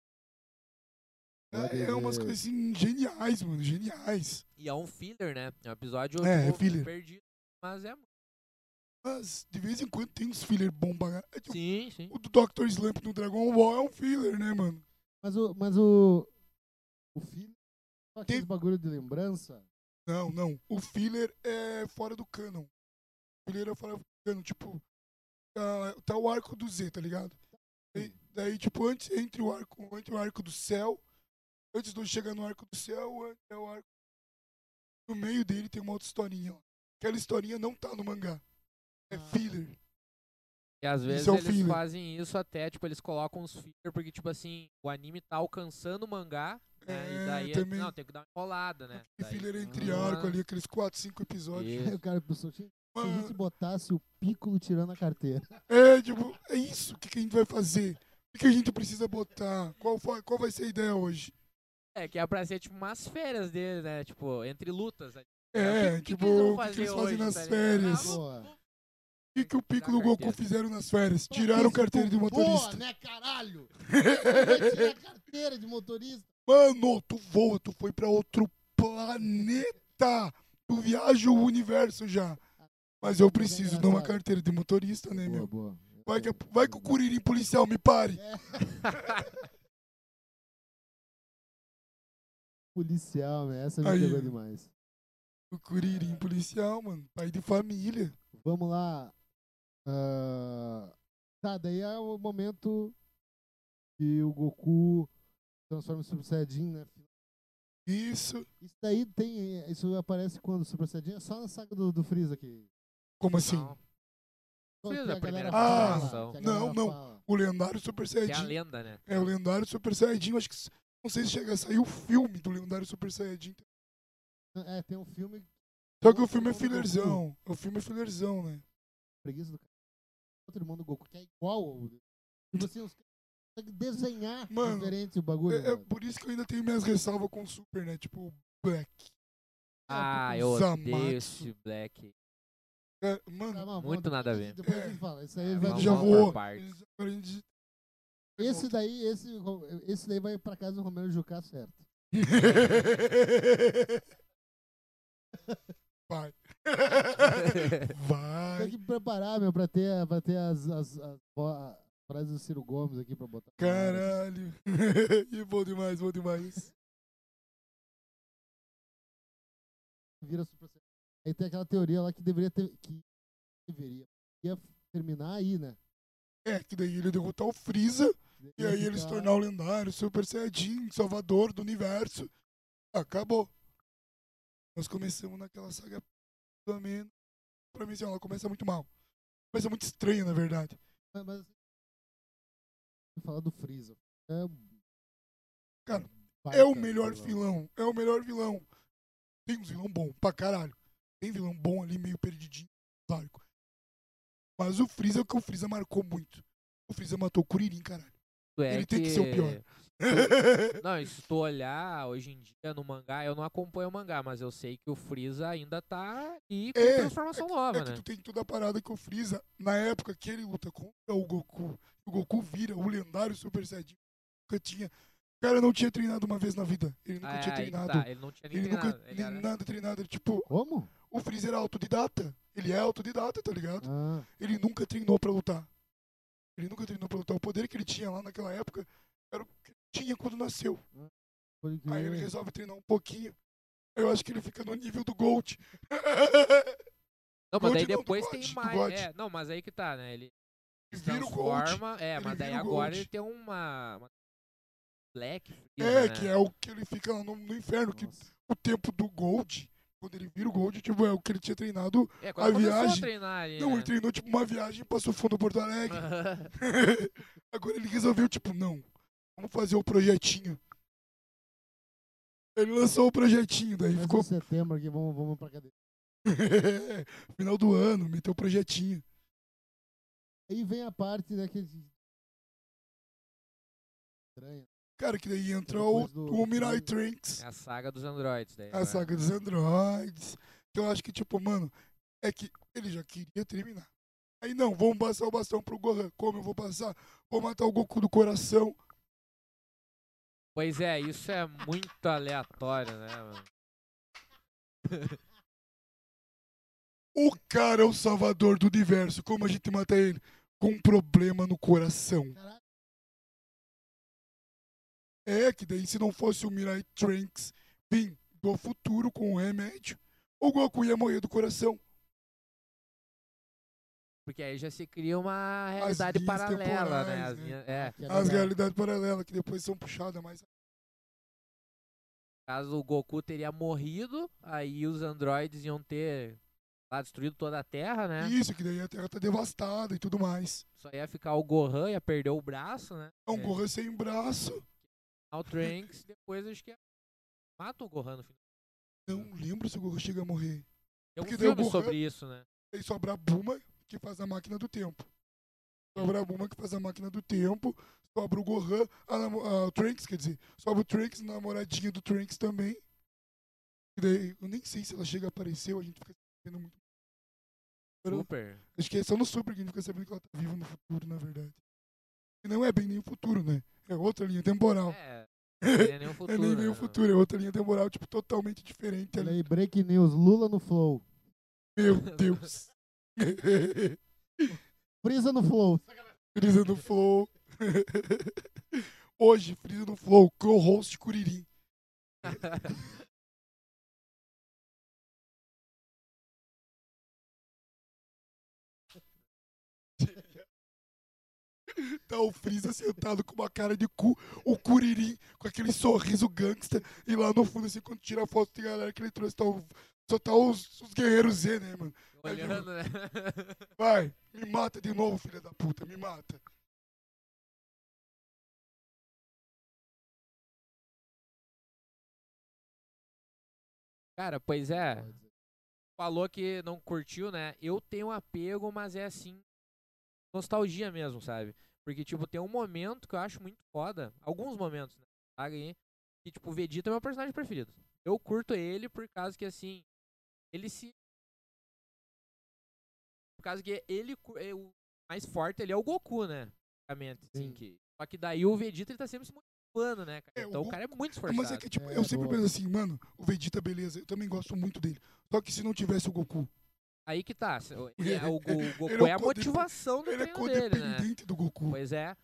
Pode É, é umas ver. coisas assim, geniais, mano, geniais. E é um filler, né? É um episódio É, tipo, é filler. perdido, mas é... Mas de vez em quando tem uns filler bomba. É tipo, Sim, sim. o do Dr. Slump no Dragon Ball é um filler, né, mano? Mas o. Mas o. O filho. Só aqueles bagulho de lembrança. Não, não. O filler é fora do canon. O filler é fora do canon. Tipo, tá, tá o arco do Z, tá ligado? E, daí, tipo, antes, entre o arco, entre o arco do céu, antes de eu chegar no arco do céu, antes é o arco. No meio dele tem uma outra historinha, ó. Aquela historinha não tá no mangá. É Ah. filler. E às vezes é um eles filler. fazem isso até, tipo, eles colocam os filler, porque, tipo assim, o anime tá alcançando o mangá, né? É, e daí, também. não, tem que dar uma enrolada, né? E Daí- filler entre Ah, arco ali, aqueles 4, 5 episódios. isso. Aí (laughs) o cara pensou, se a É. Mano, gente botasse o Piccolo tirando a carteira. É, tipo, é isso. O que, que a gente vai fazer? O que, que a gente precisa botar? Qual, fa- qual vai ser a ideia hoje? É, que é pra ser, tipo, umas férias dele, né? Tipo, entre lutas. né? É, o que- o que tipo, que eles vão o que, que fazer eles fazem hoje, nas tá ligado? férias? Ah, O Boa. que, que o Piccolo e o Tirar a Goku carteira. fizeram nas férias? Tiraram carteira de motorista. Boa, né, caralho? Vai tirar a carteira de motorista. Mano, tu voa, tu foi pra outro planeta. Tu viaja o universo já. Mas eu preciso de uma engraçado. carteira de motorista, né, Boa, meu? boa. Vai que, vai que o Curirim policial me pare. É. (laughs) Policial, né? Essa me Aí. pegou demais. O Curirim policial, mano. Pai de família. Vamos lá. Ah, Tá, daí é o momento que o Goku transforma em Super Saiyajin, né? Isso. Isso daí tem. Isso aparece quando? Super Saiyajin? É só na saga do, do Freeza aqui. Como assim? Não, Quando que Freeza é a galera primeira fala, aparição. que a galera Ah, Não, não. fala. O lendário Super que é a Saiyajin. lenda, né? É, o lendário Super Saiyajin. eu Acho que. s- Não sei se chega a sair o filme do lendário Super Saiyajin. É, tem um filme. Só que o filme é filerzão. O filme é filerzão, né? Preguiça do cara. Outro irmão do Goku, que é igual. ao- Tipo assim, os caras conseguem desenhar Mano, diferente o bagulho. É, é mano. por isso que eu ainda tenho minhas ressalvas com o Super, né? Tipo, o Black. Ah, eu odeio esse Black. É, Tá, mano, mas Muito depois- nada a ver. Depois a É, gente fala. Isso aí vai Vamos já lá por voou. partes. Eles- agora a gente- Esse daí, esse, esse daí vai pra casa do Romero Jucá, certo? Vai. Vai. Tem que preparar, meu, pra ter, pra ter as, as, as vo- a frase do Ciro Gomes aqui pra botar. Caralho. (laughs) E bom demais, bom demais. Vira Super Saiyajin. Aí tem aquela teoria lá que deveria ter. Que deveria. Ia terminar aí, né? É, que daí ele derrotar o Freeza. E aí ele se tornar o lendário, Super Saiyajin, salvador do universo. Acabou. Nós começamos naquela saga do menos. Pra mim, assim, ela começa muito mal. Começa muito estranha, na verdade. Mas, mas assim, vou falar do Freeza. É, um- Cara, baita É o melhor vilão. vilão. É o melhor vilão. Tem uns vilão bom pra caralho. Tem vilão bom ali, meio perdidinho no arco. Mas o Freeza é o que o Freeza marcou muito. O Freeza matou o Kuririn, caralho. Tanto é Ele tem que ser o pior. Não, e se tu olhar hoje em dia no mangá, eu não acompanho o mangá, mas eu sei que o Freeza ainda tá e com É, transformação nova, É que né? tu tem toda a parada que o Freeza, na época que ele luta contra o Goku, o Goku vira o lendário Super Saiyajin. Nunca tinha. O cara não tinha treinado uma vez na vida. Ele nunca Ah, tinha é, aí que treinado. tá, ele não tinha nem Ele treinado. nunca ele nem era- nada treinado. Ele, tipo, Como? o Freeza era autodidata. Ele é autodidata, tá ligado? Ah, Ele nunca treinou pra lutar. Ele nunca treinou pra lutar. O poder que ele tinha lá naquela época Era o que tinha quando nasceu. Pode Uhum. Aí ele crer. resolve treinar um pouquinho. Eu acho que ele fica no nível do Gold. (laughs) Não, mas Gold aí não, do depois God, tem do mais. God. É, não, mas aí que tá, né? Ele se Vira o Gold. transforma. É, ele mas daí vira o agora Gold. ele tem uma. uma Black. É, né? que é o que ele fica lá no, no inferno. Que Nossa. o tempo do Gold, quando ele vira o Gold, tipo, é o que ele tinha treinado. É, quando começou a viagem- treinar ali. Não, né? ele treinou, tipo, uma viagem, passou fundo do Porto Alegre. (laughs) (laughs) Agora ele resolveu, tipo, não, vamos fazer o projetinho. Ele lançou o projetinho, daí Mas ficou em setembro aqui, vamos, vamos pra cadeia. (laughs) final do ano, meteu o projetinho. Aí vem a parte, né, que... Estranha. né? Cara, que daí entra o, Depois do- o Mirai Trunks, É a saga dos androides daí. É né? a saga dos androides. Que eu acho que, tipo, mano, é que ele já queria terminar. Aí não, vamos passar o bastão pro Gohan. Como eu vou passar? Vou matar o Goku do coração. Pois é, isso é muito aleatório, né, mano? O cara é o salvador do universo. Como a gente mata ele? Com um problema no coração. Caralho. É, que daí se não fosse o Mirai Trunks vim do futuro com o remédio, o Goku ia morrer do coração. Porque aí já se cria uma As realidade linhas paralela, né? temporais, As né? linhas- é, Que é As legal. realidades paralelas que depois são puxadas, mas caso o Goku teria morrido, aí os androides iam ter lá destruído toda a Terra, né? isso, que daí a Terra tá devastada e tudo mais. Só ia ficar o Gohan, ia perder o braço, né? É um É. Gohan sem braço. O Trunks, depois acho que mata o Gohan no final. Não lembro se o Gohan chega a morrer. Tem um Porque daí o filme Gohan- sobre isso, né? Aí sobra a Buma, que faz a máquina do tempo. Sobra a Buma, que faz a máquina do tempo. Sobra o Gohan, a, namo- a, o Trunks, quer dizer. Sobra o Trunks, namoradinha do Trunks também. E daí, eu nem sei se ela chega a aparecer ou a gente fica sabendo muito. Era- Super. Acho que é só no Super que a gente fica sabendo que ela tá viva no futuro, na verdade. E não é bem nem o futuro, né? É outra linha temporal. É, não teria nenhum (laughs) É futuro. nem bem o né? futuro, é outra linha temporal, tipo, totalmente diferente. Olha Ali. aí, break news, Lula no flow. Meu Deus. (laughs) Prisa no flow. Frieza no Flow. (laughs) Hoje, Frieza no Flow, co-host Curirim. Tá o Frieza sentado com uma cara de cu, o Curirim com aquele sorriso gangsta, e lá no fundo, assim, quando tira a foto, tem a galera que ele trouxe, tá o- só tá os, os guerreiros Z, né, mano? (laughs) Olhando, né? (laughs) Vai, me mata de novo, filha da puta, me mata. Cara, pois é. falou que não curtiu, né? Eu tenho apego, mas é assim, nostalgia mesmo, sabe? Porque, tipo, tem um momento que eu acho muito foda, alguns momentos, né? Saga aí, que, tipo, o Vegeta é meu personagem preferido. Eu curto ele por causa que, assim, ele se. Por causa que ele cu- é o mais forte, ele é o Goku, né? Basicamente, assim, Sim. que... Só que daí o Vegeta ele tá sempre se motivando, né? cara? É, o Então o Goku- cara é muito Ah, esforçado. Mas é que, tipo, É, eu sempre boa. penso assim, mano, o Vegeta, beleza, eu também gosto muito dele. Só que se não tivesse o Goku, Aí que tá. se- o- ele é- o, Go- (laughs) o Ele é Goku é o a codep- motivação do ele é treino dele, né? codependente do Goku. Pois é.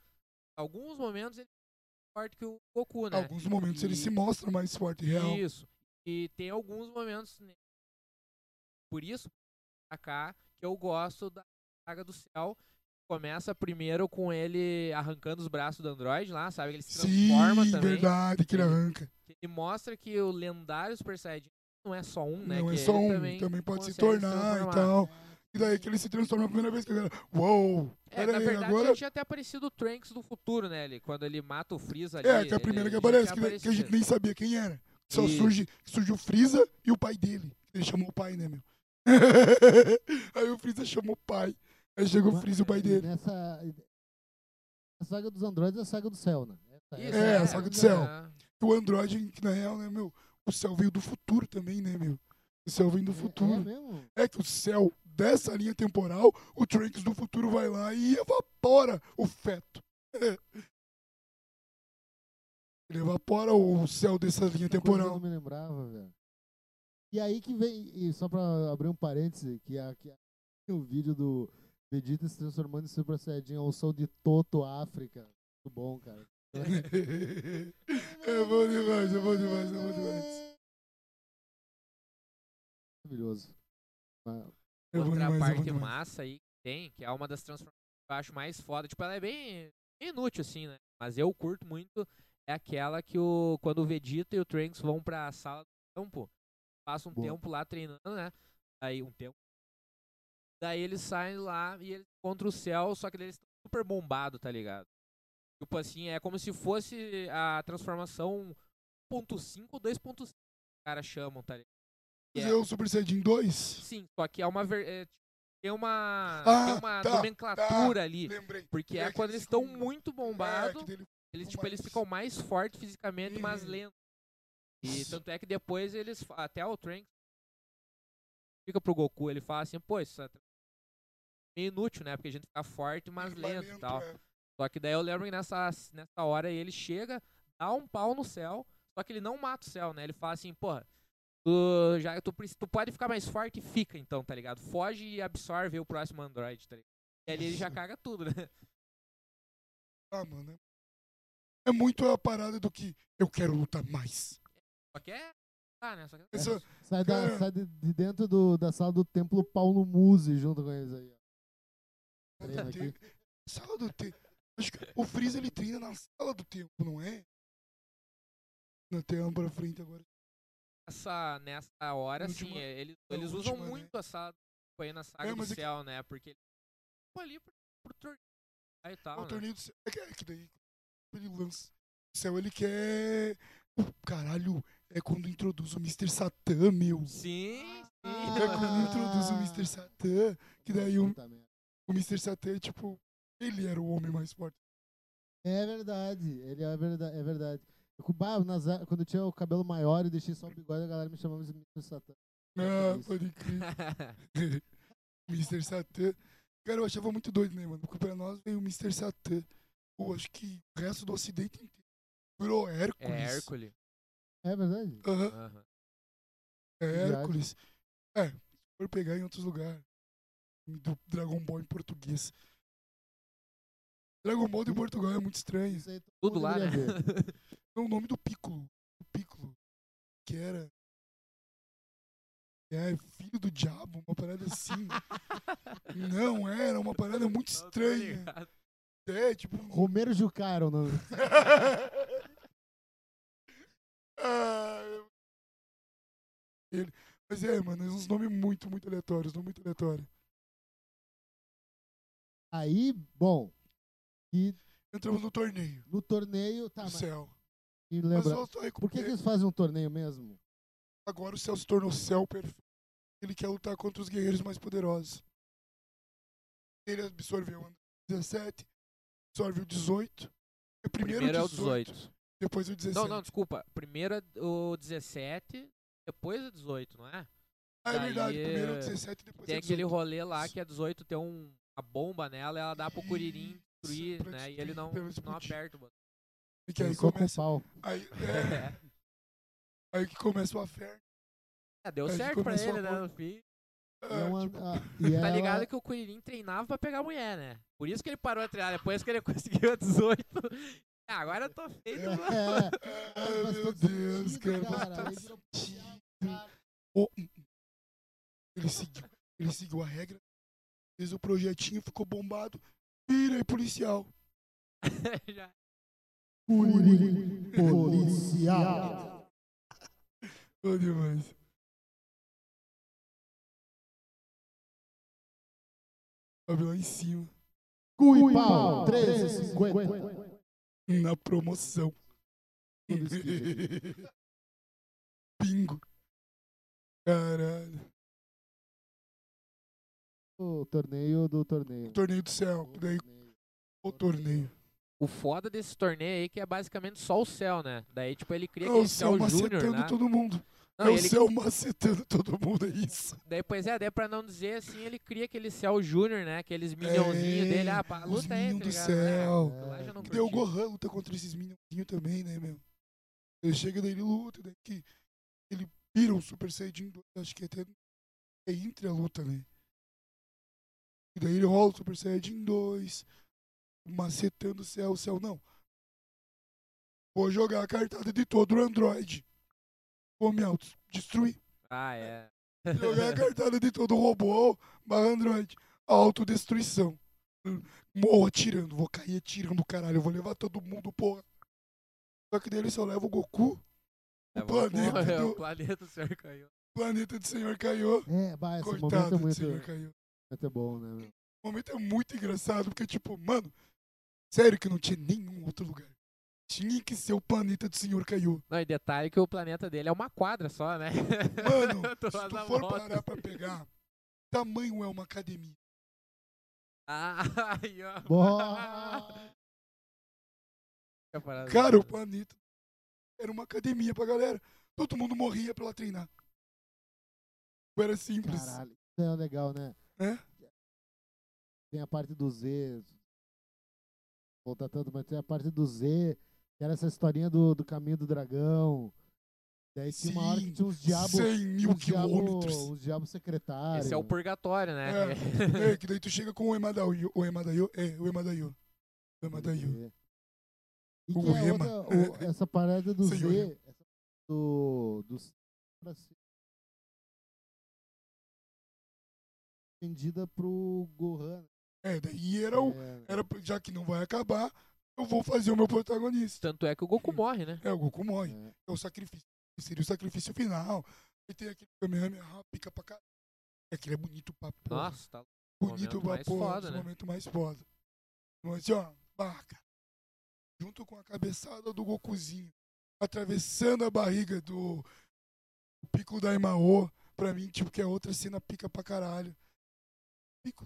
Alguns momentos ele é mais forte que o Goku, né? Alguns momentos ele E- se mostra mais forte, real. Isso. E tem alguns momentos. ne- Por isso, pra cá, que eu gosto da saga do céu. Começa primeiro com ele arrancando os braços do Android lá, sabe? Ele se Sim, transforma também. verdade, que ele Ele- arranca. Ele mostra que o lendário Super Saiyajin não é só um, né? não é que só ele um, também, também, pode se consegue se tornar e transformar. tal. E daí que ele se transforma a primeira vez que a galera, uou, É, pera na aí, verdade agora... já tinha até aparecido o Trunks do futuro, né? Ele, quando ele mata o Freeza ali. É, que é a primeira ele que já aparece, que, tinha daí- que a gente aparecido. nem sabia quem era. Só Isso. surge, surge o Freeza e o pai dele. Ele chamou o pai, né, meu? (laughs) Aí o Freeza chamou o pai. Aí chega o Freeza e o pai né? dele. Nessa... A saga dos androides é a saga do céu, né? Essa- Isso, essa É, a a saga do céu. né? O Android, que na real, né, meu? O céu veio do futuro também, né, meu? O céu vem do É- É, futuro. mesmo? É que o céu dessa linha temporal, o Trunks do futuro vai lá e evapora o feto. (laughs) Ele evapora o céu dessa linha Coisa que Eu temporal. não me lembrava, velho. E aí que vem, e só pra abrir um parêntese, que é, que é o vídeo do Vegeta se transformando em Super Saiyajin ao som de Toto África. Muito bom, cara. É (laughs) bom demais, é bom demais, é bom demais. Maravilhoso. Mas- É bom Outra demais, é bom parte demais. massa aí que tem, que é uma das transformações que eu acho mais foda. Tipo, ela é bem, bem inútil, assim, né? Mas eu curto muito. É aquela que o, quando o Vegeta e o Trunks vão pra sala do campo, passam um Boa. tempo lá treinando, né? Aí um tempo. Daí eles saem lá e eles encontram o céu, só que daí eles estão super bombados, tá ligado? Tipo assim, é como se fosse a transformação 1.5 ou 2.5 que os caras chamam, tá ligado? Mas Yeah. é o Super Saiyajin 2? Sim, só que é uma. ver- é, tipo, tem uma, Ah, tem uma tá, nomenclatura ali. Lembrei. Porque é É que quando eles eles estão ficam- muito É, bombados, que dele- eles, ficam tipo, eles mais- ficam mais fortes fisicamente, mas Uhum. lentos. E tanto é que depois eles. fa- Até o Trunks fica pro Goku, ele fala assim, pô, isso é meio inútil, né? Porque a gente fica forte, mas mais lento e tal. é. Só que daí eu lembro que nessa, nessa hora aí ele chega, dá um pau no céu, só que ele não mata o céu, né? Ele fala assim, porra, tu, já, tu, preci- tu pode ficar mais forte e fica então, tá ligado? Foge e absorve o próximo Android, tá ligado? E ali (laughs) ele já caga tudo, né? Ah, mano. é- É muito a parada do que eu quero lutar mais. Só que é. Ah, né? Só que é Essa- Sai, da, Cara. sai de, de dentro do, da sala do templo Paulo Muse junto com eles aí. ó. Tá, Treino aqui. Sala do tempo. Acho que o Freeza ele treina na sala do tempo, não é? Na tela pra frente agora. nessa, nessa hora, assim, Última- é, eles, na eles usam última, né? muito essa aí na saga É, do mas é que- céu, né? Porque ele ficou ali pro, pro torneio lá e tal. o né? torneio do céu. É que- é que daí ele lança. O céu ele quer. Caralho, é quando introduz o Mr. Satã, meu. Sim, sim. É quando introduz o Mr. Satã, que daí um o, Puta merda. o Mr. Satã é tipo. Ele era o homem mais forte. É verdade, ele é verdade, é verdade. Eu, bah, nas, é- quando eu tinha o cabelo maior e deixei só o bigode, a galera me chamava de Mr. Satã. Ah, É Isso. pode crer. (laughs) Mr. Satã. Cara, eu achava muito doido, né, mano? Porque pra nós veio o Mr. Satã. Pô, acho que o resto do ocidente inteiro virou (laughs) é Hércules. Hércules. É verdade? Aham, Aham. é Viagem. Hércules. É, se for pegar em outros lugares. Do Dragon Ball em português. Dragon Ball de Portugal é muito estranho. Isso aí todo Tudo mundo lá, né? deveria ver. É o nome do Piccolo. O Piccolo. Que era. É, filho do diabo, uma parada assim. Não era, (laughs) uma parada muito Não, tô estranha. Tá ligado. É, tipo. Romero Jucaro, não. Ah, eu- Ele... Mas é, mano, é uns nomes muito, muito aleatórios, nome muito aleatório. Aí, bom, Entramos no torneio no torneio, tá, do mas, céu. e Mas lembra, só, só por que, que eles fazem um torneio mesmo? agora o céu se tornou céu perfeito. Ele quer lutar contra os guerreiros mais poderosos. Ele absorveu o 17, absorve o 18. e Primeiro, Primeiro é o 18, 18. Depois o 17. Não, não, desculpa. Primeiro é o 17, depois é 18, não é? ah, é verdade. daí, Primeiro é o eh, 17, depois Tem é o aquele 18. rolê lá que é 18, tem um, uma bomba nela, ela dá pro Kuririn destruir, pra né? E destruir, ele não, pra não explodir. aperta o botão. E que aí Começou com começa. pau. Aí, é, aí que começa o affair. É, deu Aí certo pra começou ele, a né? pôr- No fim. Ah, É uma- tipo, ah, e Tá ela- ligado que o Kuririn treinava pra pegar mulher, né? Por isso que ele parou a treinar, depois que ele (laughs) conseguiu a 18. Ah, agora eu tô feito. mano. É, Ai, faz meu todo Deus, sentido, cara. tá faz cara, todo aí virou sentido. Oh, hum, hum. ele seguiu, ele seguiu a regra, fez o projetinho, ficou bombado, virei policial. (laughs) Já- Curi- policial. Bom demais. Sobe lá em cima, Cuipau, 13,50. na promoção. Tudo isso que (laughs) Bingo. Caralho. O torneio do torneio. O torneio do céu, que daí o torneio. O foda desse torneio aí que é basicamente só o céu, né? Daí, tipo, ele cria É o aquele céu céu júnior, macetando né? todo mundo. Não, é e o ele céu macetando todo mundo, é isso. Daí, pois é, daí pra não dizer assim, ele cria aquele céu júnior, né? Aqueles minionzinhos É, dele, ah, pá, os luta aí, minion tá do ligado? céu. É, lá já não Que daí o curti. Gohan luta contra esses minionzinhos também, né, meu? Ele chega, daí ele luta, daí que ele vira um Super Saiyajin 2, acho que até é entre a luta, né? E daí ele rola o Super Saiyajin 2, macetando o céu, o céu não. Vou jogar a cartada de todo o Android. Vou me autodestruir. Ah, (laughs) é. Jogar a cartada de todo robô barra Android. Autodestruição. Morro atirando, vou cair atirando, caralho. Eu vou levar todo mundo, porra. Só que dele só leva o Goku, É, o vamos- planeta é, do- O planeta do senhor caiu. o planeta do Senhor Kaiô. É, bah, esse Coitado do momento é Senhor muito, Kaiô. muito bom, né? (laughs) meu? O momento é muito engraçado, porque, tipo, mano, sério que não tinha nenhum outro lugar. Tinha que ser o planeta do Senhor Caiu. Não, e detalhe que o planeta dele é uma quadra só, né? Mano, (laughs) Tu se faz tu a for volta. parar pra pegar, tamanho é uma academia. Ah, aí, ó. Boa! (laughs) Fica parado. Cara, o planeta era uma academia pra galera. Todo mundo morria pra lá treinar. Era simples. Caralho, isso é legal, né? É? Tem a parte do Z. Voltar tanto, mas tem a parte do Z, que era essa historinha do, do caminho do dragão. Daí tinha uma hora que Sim, tinha uns diabos. 100 mil uns diabos (laughs) quilômetros. uns diabos secretários. Esse é o purgatório, né? É, é, que daí tu chega com o Emadaio. O Emadaio? É, o Emadaio. O Emadaio. E tá O que é Rema. outra, o- essa parada (laughs) do Senhor Z, essa, do, do C pra ser vendida pro Gohan. né? É, daí era o É, era pra- já que não vai acabar, eu vou fazer o meu protagonista. (laughs) Tanto é que o Goku morre, né? É, o Goku morre. é. É o sacrifício. Seria o sacrifício final. E tem aquele Kamehameha, pica pra caralho. Aquele é bonito pra porra. Nossa, tá bonito momento pra mais porra. foda, Esse né? momento mais foda. Então, assim, ó, barca. Junto com a cabeçada do Gokuzinho, atravessando a barriga do Pico da Imaô. Pra mim, tipo, que é outra cena pica pra caralho. Pico.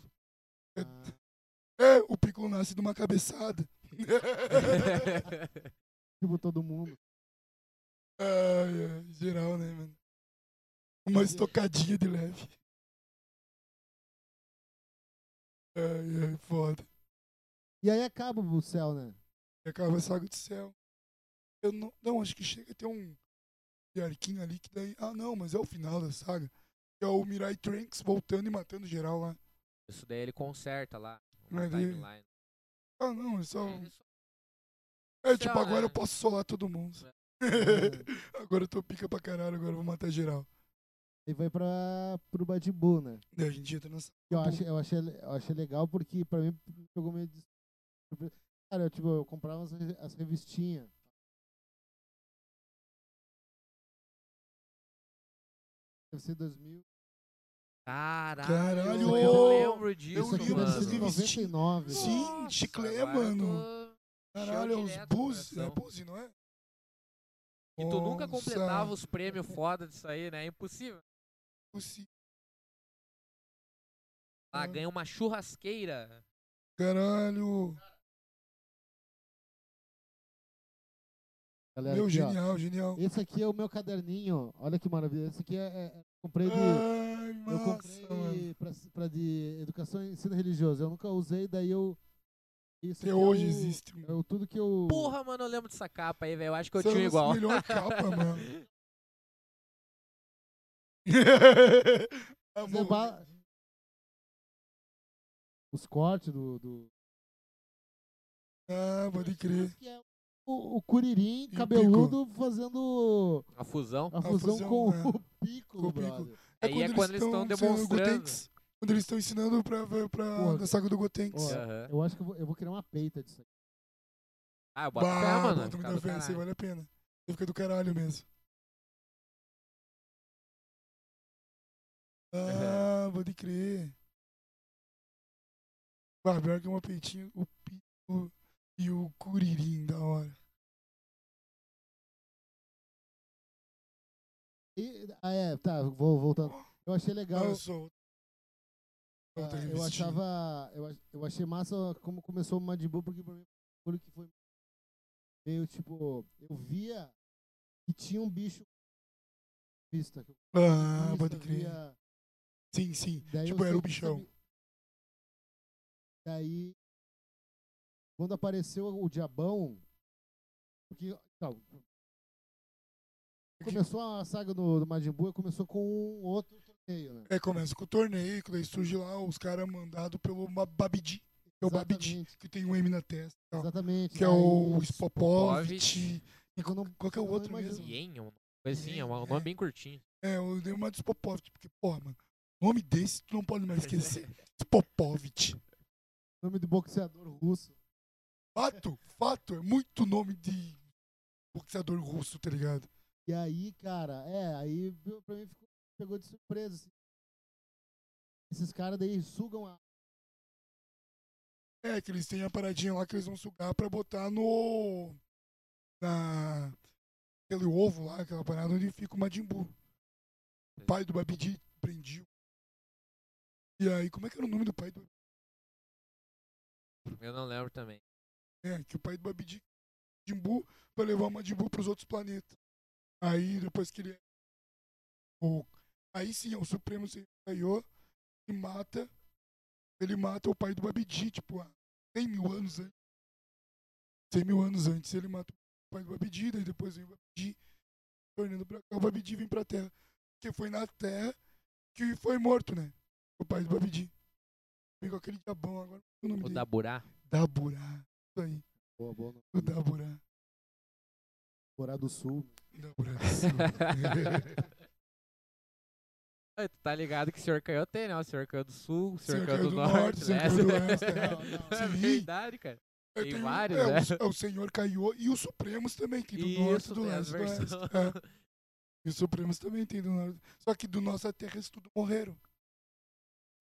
É, Ah. é, o Pico nasce de uma (laughs) cabeçada. Tipo, todo mundo. Ai, ai, geral, né, mano? Uma estocadinha de leve. Ai, ai, foda. E aí acaba o céu, né? E acaba a saga do céu. Eu não, não, acho que chega a ter um arquinho ali que daí. Ah, não, mas é o final da saga. Que é o Mirai Trunks voltando e matando geral lá. (laughs) Isso daí ele conserta lá. uma Mas ele- timeline. Ah, não, é só. Ele só- É tipo, Céu, agora né? eu posso solar todo mundo. Uhum. (laughs) agora eu tô pica pra caralho, agora eu vou matar geral. E vai pra, pro Badibu, né? Daí a gente entra nessa. Que eu, achei, eu, achei, eu achei legal porque pra mim pegou meio de surpresa. Cara, eu, tipo, eu comprava as, re- as revistinhas. Deve ser 2000. Caralho, Caralho, eu lembro disso, Isso aqui deve mano. ser de mano. 99. Sim. Nossa, chiclé, agora eu mano. tô- Caralho, é Encheu os direto o Buzzi, é coração. Buzzi, não é? E tu nunca Nossa, completava os prêmios foda disso aí, né? É impossível. Buzzi. Ah, Ah. ganha uma churrasqueira. Caralho. Galera, Meu, aqui, ó. genial, genial. Esse aqui é o meu caderninho. Olha que maravilha. Esse aqui é, é- é- comprei de. Ai, eu massa, Ah, mano. comprei pra, pra de educação e ensino religioso. Eu nunca usei, daí eu. Isso Até aqui é hoje o- existe, um mano. É o tudo que Uh. eu. Porra, mano, eu lembro dessa capa aí, velho. Eu acho que eu Essa é a tinha nossa igual. melhor capa, (laughs) mano. Zé Bala- Os cortes do. do... Ah, pode crer. Que é o, o Curirim E o cabeludo fazendo A fusão. a fusão, fusão, com né? o Piccolo, Com o Piccolo. brother. Aí é quando eles estão ensinando o demonstrando. Gotenks, Quando eles estão ensinando pra, pra, Porra. na saga do Gotenks. Ó, Aham. Eu acho que eu vou, eu vou criar uma peita disso aqui. Ah, eu boto fé, Bah, mano. bota Cara muita do fé, isso aí caralho. vale a pena. Você fica do caralho mesmo. Ah, pode crer. Ah, pior que uma peitinha, o pico e o curirim, da hora. E- ah, é, tá, vou voltando. Eu achei legal. Lançou. Ah, Outra eu revistinha. achava. Eu, ach- eu achei massa como começou o Madibu, porque pra mim foi um bagulho que foi meio tipo. Eu via que tinha um bicho vista. que eu- Ah, vista, pode crer. via- Sim, sim. daí eu Tipo, era o sempre bichão. sabia- Daí. Quando apareceu o diabão. Porque. tá, É começou a saga do, do Majin Buu, começou com um outro torneio, né? É, começa com o torneio, que daí surge lá os caras mandados pelo Ma- Babidi. É o Babidi, Exatamente. que tem um M na testa. e tal. Exatamente. que é daí- o Spopovich. Spopovich, É que eu não, Qual que é o eu não outro imagino. mesmo? Yen, uma coisa assim, é um Yen, nome é. bem curtinho. É, eu dei uma de Spopovich, porque, porra, mano, nome desse tu não pode mais esquecer. (laughs) Spopovich. Nome do boxeador russo. Fato, fato, é muito nome de boxeador russo, tá ligado? E aí, cara, é, aí viu, pra mim ficou, pegou de surpresa. assim. Esses caras daí sugam a. É, que eles têm a paradinha lá que eles vão sugar pra botar no. Na. Aquele ovo lá, aquela parada onde fica o Majin Buu. O pai do Babidi prendiu. E aí, como é que era o nome do pai do Eu não lembro também. É, que o pai do Babidi Majin Buu vai levar o Majin Buu pros outros planetas. Aí, depois que ele. é O... Aí sim, é o Supremo se caiu e mata. Ele mata o pai do Babidi, tipo, há 100 mil anos antes. 100 mil anos antes ele mata o pai do Babidi, daí depois vem o Babidi, tornando pra cá. O Babidi vem pra Terra. Porque foi na Terra que foi morto, né? O pai do Babidi. Vem com aquele diabão agora. é O nome O dele. Daburá. Daburá. Isso aí. Boa, boa. no- O Daburá. Coreia do Sul. (laughs) Daburá do Sul. Ah, Tu tá ligado que o senhor Canhão tem, né? O senhor Canhão do Sul, o Senhor senhor Canhão do Canhão do Norte, Norte, o né? senhor (laughs) Canhão do Oeste, não, É não. Sim. verdade, cara. Eu Tem tenho- vários, é, né? o, é o Senhor Caiô e os Supremos também, que do norte Isso, e do tem leste. as do oeste. (laughs) versões. É. E os Supremos também tem do norte. Só que do nossa terra eles tudo morreram.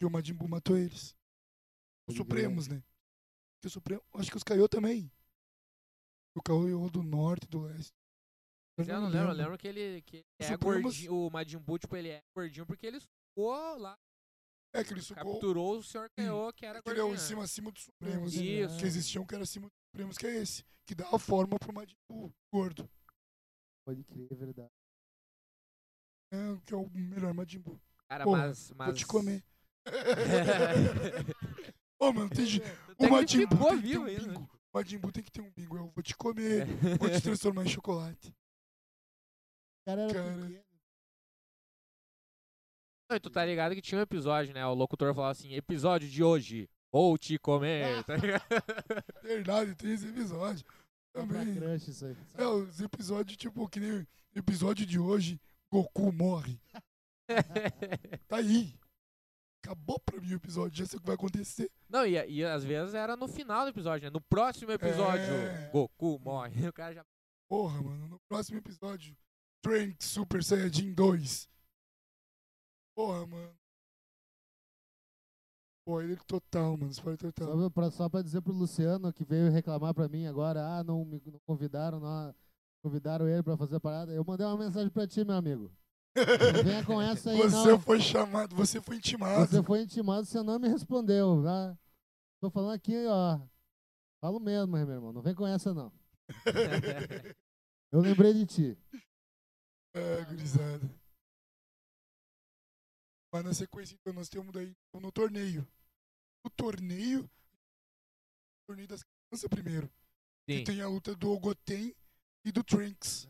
Que o Majin Buu matou eles. é. Os Pode Supremos, né? Que o Supremo, acho que os Caiô também. O Caiô do norte e do leste. Eu não lembro, eu lembro que ele que ele Os é Supremos- gordinho, o Majin Buu, tipo, ele é gordinho porque ele sugou lá, É que ele sugou capturou o senhor Canhão, que era que ele é gordinho. o em né? cima acima dos Supremos. né? É, Isso. Que existia um que era acima dos Supremos, que é esse. Que dá a forma pro Majin Buu gordo. Pode crer, é verdade. É, que é o melhor Majin Buu. Cara, Pô, mas, mas... Vou te (laughs) comer. Ô, mano, tem gente. Até O que Majin Buu ficou tem que ter vivo um ainda, né? bingo. O Majin Buu tem que ter um bingo. Eu vou te comer. Vou te transformar em chocolate. O cara era Cara. pequeno. Não, e tu tá ligado que tinha um episódio, né? O locutor falava assim, episódio de hoje, vou te Ah. comer, tá ligado? (laughs) É Verdade, tem esse episódio. Era pra Também. crush isso aí. É, os episódios, tipo, que nem o episódio de hoje, Goku morre. Tá aí. Acabou pra mim o episódio, já sei o que vai acontecer. Não, e, e às vezes era no final do episódio, né? No próximo episódio, É. Goku morre. (laughs) O cara já... Porra, mano, no próximo episódio, Trunks Super Saiyajin 2. Porra, mano. Spoiler total, mano, spoiler total. Só pra, só pra dizer pro Luciano que veio reclamar pra mim agora, ah, não me não convidaram, não convidaram ele pra fazer a parada. Eu mandei uma mensagem pra ti, meu (laughs) amigo. Não venha com essa aí, Você não. foi chamado, você foi intimado. (laughs) Você foi intimado, você não me respondeu, tá? Tô falando aqui, ó. Falo mesmo, meu irmão. Não vem com essa, não. Eu lembrei de ti. ah, gurizada. Mas na sequência, então, nós temos daí no torneio. O torneio. O torneio das crianças primeiro. Que Sim. é tem a luta do Goten e do Trunks.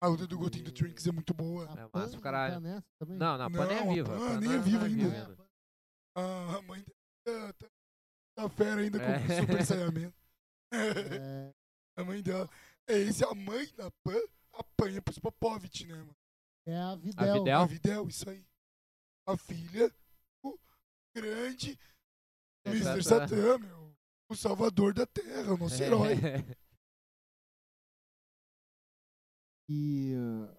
A luta do Goten e do Trunks é muito boa. A massa Pan pro caralho. tá nessa também? Não, não, a Pan Não, é a viva. Pan a Pan nem não- é não viva ainda. É, Ah, a mãe dela tá, tá fera ainda com É. o (laughs) Super Saiyaman. é, (laughs) a mãe dela. É esse, a mãe da Pan apanha pros Popovich, né, mano? é a Videl. A Videl? A Videl, isso aí. A filha, o grande Mr. é. Satã, meu. O salvador da terra, o nosso é herói. E, ah,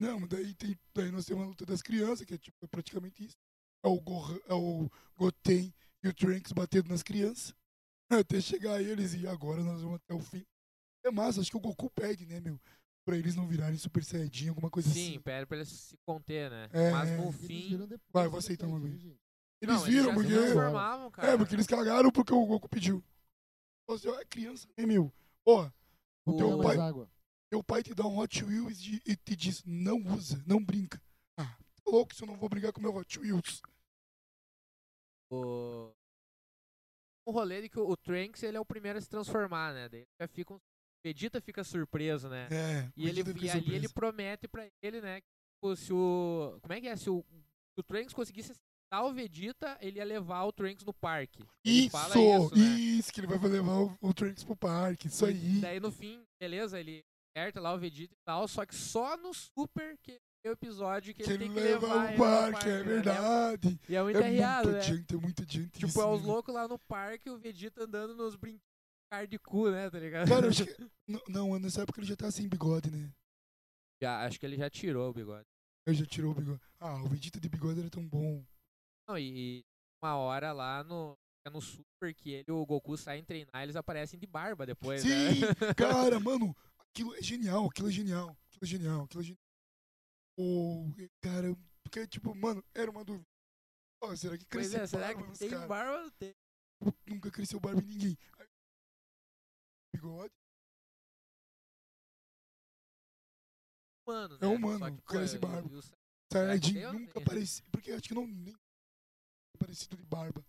Não, mas daí, tem, daí nós temos a luta das crianças, que é tipo, é praticamente isso. É o, Gohan, é o Goten e o Trunks batendo nas crianças. (laughs) Até chegar eles e agora nós vamos até o fim. É massa, acho que o Goku pede, né, meu? Pra eles não virarem Super Saiyajin, alguma coisa (laughs) Sim, assim. pede pra ele se conter, né? É. Mas no Eles eles fim. viram depois, Vai, então, vou né, aceitar gente? uma Eles Não, viram, já se porque. transformavam, cara. É, porque eles cagaram porque o Goku pediu. Falou assim, ó, é criança, né, meu? Ó, O- teu Não, pai- mais água. teu pai te dá um Hot Wheels e, e te diz, não usa, não brinca. Ah, tá louco se eu não vou brincar com meu Hot Wheels. O... o rolê de que o o Trunks ele é o primeiro a se transformar, né? Daí ele já fica um... Vegeta fica surpreso, né? É, E, ele, Vegeta fica e ali ele surpreso. promete pra ele, né? que, tipo, se o. Como é que é? Se o, se o Trunks conseguisse matar o Vegeta, ele ia levar o Trunks no parque. Ele Isso, fala isso, né? isso, que ele vai levar o, o Trunks pro parque, isso aí. Daí no fim, beleza, ele acerta lá o Vegeta e tal, só que só no Super que é o episódio que, Que ele tem ele que leva levar o ele no parque, é né? verdade. E é muito É arriado, muita né? gente, é muita gente. Tipo, isso, é os né? loucos lá no parque e o Vegeta andando nos brinquedos de cu, né, tá ligado? (laughs) Cara, eu acho que. (laughs) Não, Não, nessa época ele já tá sem bigode, né? Já, acho que ele já tirou o bigode. Ele já tirou o bigode. Ah, o Vegeta de bigode era tão bom. Não, e, e uma hora lá no, é no Super que ele e o Goku saem treinar, eles aparecem de barba depois, né? Sim, cara, mano, aquilo é genial, aquilo é genial, aquilo é genial, aquilo é genial. Oh, cara, porque, tipo, mano, era uma dúvida. Ó, será que (laughs) Pois cresceu é, será barba que nos tem cara? barba ou não tem? Nunca cresceu barba em ninguém. Aí, bigode Humano, É né? humano, Só que, pô, cresce e- barba. e os- Saiyajin Deus nunca tem. apareceu. Porque eu acho que não nem parecido de barba.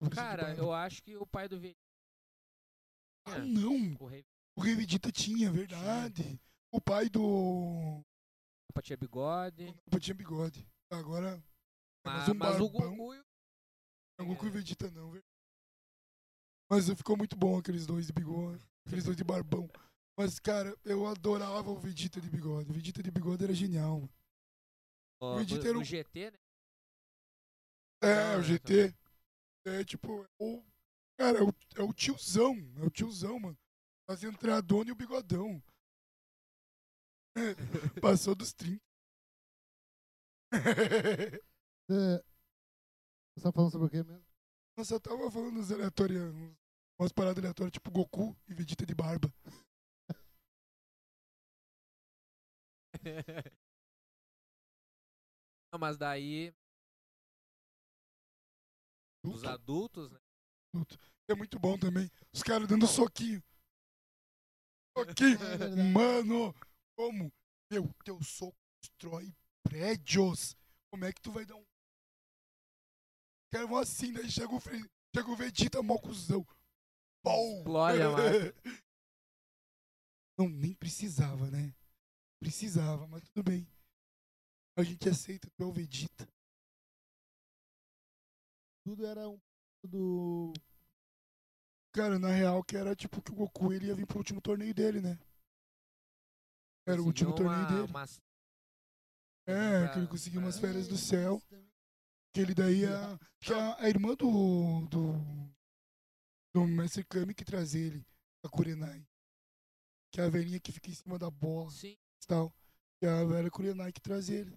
Parecido de Cara, barba. eu acho que o pai do Vegeta, Ah, não! o Rei O Rei Vegeta tinha, verdade. O pai do. Vegeta, tinha bigode, O pai tinha bigode. Agora. é mais mas, mas o barbão. Goku e o Não, Goku e Vegeta não, velho. Mas ficou muito bom aqueles dois de bigode. Aqueles dois de barbão. Mas, cara, eu adorava o Vegeta de bigode. O Vegeta de bigode era genial. mano. o- Vegeta era o um- GT, né? É, Ah, o né, GT. É tipo, o, cara, é o, é o tiozão. É o tiozão, mano. As entradonas e o bigodão. É, passou dos 30. Você você tá falando sobre o quê mesmo? Nossa, (laughs) eu tava falando uns aleatórios, uns- umas paradas aleatórias, tipo Goku e Vegeta de barba. (laughs) Não, mas daí, os Adulto, adultos, né? adulto. É muito bom também. Os caras dando soquinho. Soquinho. É verdade. Mano, como? Meu, teu soco destrói prédios. Como é que tu vai dar um. Cara, vão assim, daí chega o, Fre- chega o Vegeta, mó cuzão. Pau! (laughs) Explode a máquina. Não, nem precisava, né? Precisava, mas tudo bem. A gente aceita, tu é o Vegeta. Tudo era um pouco do. Cara, na real, que era tipo que o Goku ele ia vir pro último torneio dele, né? Era o último conseguiu torneio uma- dele. umas- É, que pra- ele conseguiu umas pra- férias do céu. Que ele daí a, que a, a irmã do, do. Do Mestre Kami que traz ele, a Kurenai. Que é a velhinha que fica em cima da bola Sim, e tal. Que é a velha Kurenai que traz ele.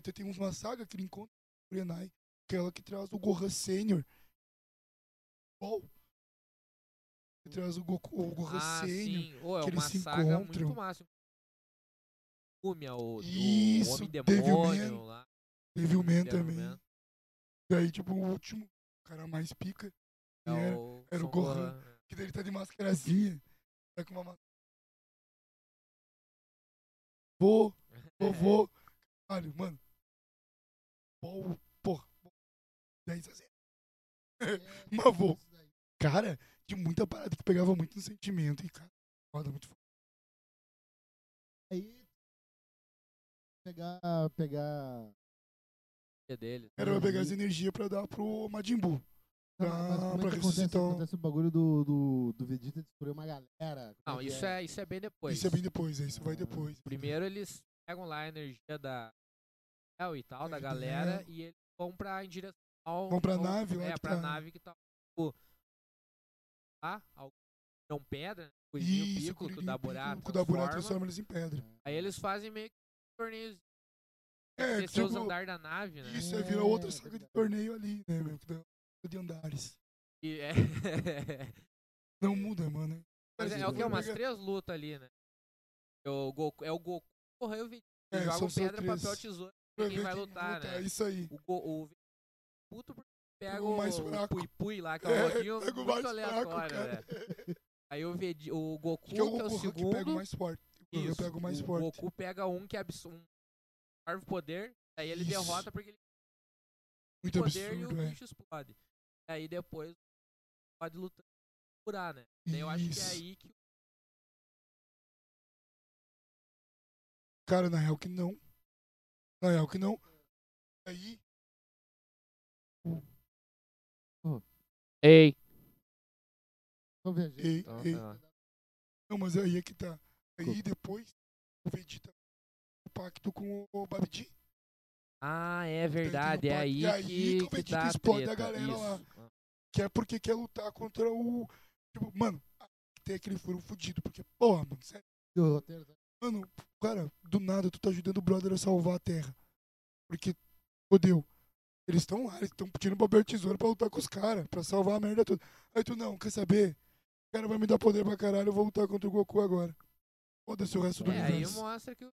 Até tem uma saga que ele encontra a Kurenai, que é ela que traz o Gohan Sênior. Bom. Que traz o, Goku, o Gohan ah, Sênior. sim. Ô, é um que eles uma se saga encontram. muito massa. Múmia, o, Isso, o Homem Devil Demônio lá. Teve o Man Devil também. Man. Daí, tipo, o último, o cara mais pica, É E era- o, era o Son Gohan. né? que daí ele tá de mascarazinha. Tá com uma máscara. Vô, vovô. Caralho, mano. Bom, porra. 10 a (laughs) 0. Mas vou. Cara, de muita parada que pegava muito no sentimento. E, cara, foda muito foda. Aí. Pegar. Pegar. É dele. Era pra pegar as energias pra dar pro Majin Buu. Não, mas- Ah, pra mas como é que acontece, ressuscitar o- acontece o bagulho do, do, do Vegeta destruir uma galera? Como Não, que isso é, isso é bem depois. Isso é bem depois, é, isso vai Ah, depois. Primeiro eles pegam lá a energia da Hell e tal, da Nave galera, dela. e eles vão pra em direção ao. Vão pra ao- nave lá É, que pra tá- nave que tá. Tipo, lá, ao- não pedra, né? Coisinho, pico, Kuririn, tu dá pico, buraco. tu dá buraco, transforma. transforma eles em pedra. é- Aí eles fazem meio que um torneios. É, descer os tipo, andar da nave, né? Isso aí virou outra É, saga de verdade. torneio ali, né, meu? Que dá de andares. E é... (laughs) Não muda, mano. Mas é, é o que? Umas Pega- três lutas ali, né? É O Goku, é o Goku, o Rei e o Vegeta. É, Eles são jogam só pedra, papel, três. tesoura. pra quem ver vai lutar, né? Isso aí. O, go, o Vegeta é puto porque pega o o, mais o fraco. Pui Pui lá, que é um É, joguinho pega o mais muito fraco, aleatório, cara. né? Aí o, Vegeta, o Goku, Acho que é o que é o Gohan que segundo. pega o mais forte. O Gohan Isso, pega o mais o forte. Goku pega um que absorve um absorve poder, aí ele Isso. derrota porque ele Muito tem poder e absurdo, o é. bicho explode. Aí depois pode lutar e curar, né? Daí eu acho que é Isso. aí que Cara, na real que não. Na real que não. Aí, Ei. Então veja. Ei, Então, ei. sei lá. Não, mas aí é que tá. Aí Desculpa. depois o Vegeta o pacto com o Babidi. Ah, é Entendeu? verdade. É Pá, aí e aí que, como é que que dá a explode a treta. galera lá? Isso. que é porque quer lutar contra o. Tipo, mano, tem aquele furo fudido, porque, porra, mano, sério. E o roteiro tá- Mano, cara, do nada tu tá ajudando o brother a salvar a terra. Porque, fodeu. Eles estão lá, eles estão pedindo papel e tesouro pra lutar com os caras, pra salvar a merda toda. Aí tu, não, quer saber? O cara vai me dar poder pra caralho, eu vou lutar contra o Goku agora. Foda-se o resto do É, aí universo. mostra que o.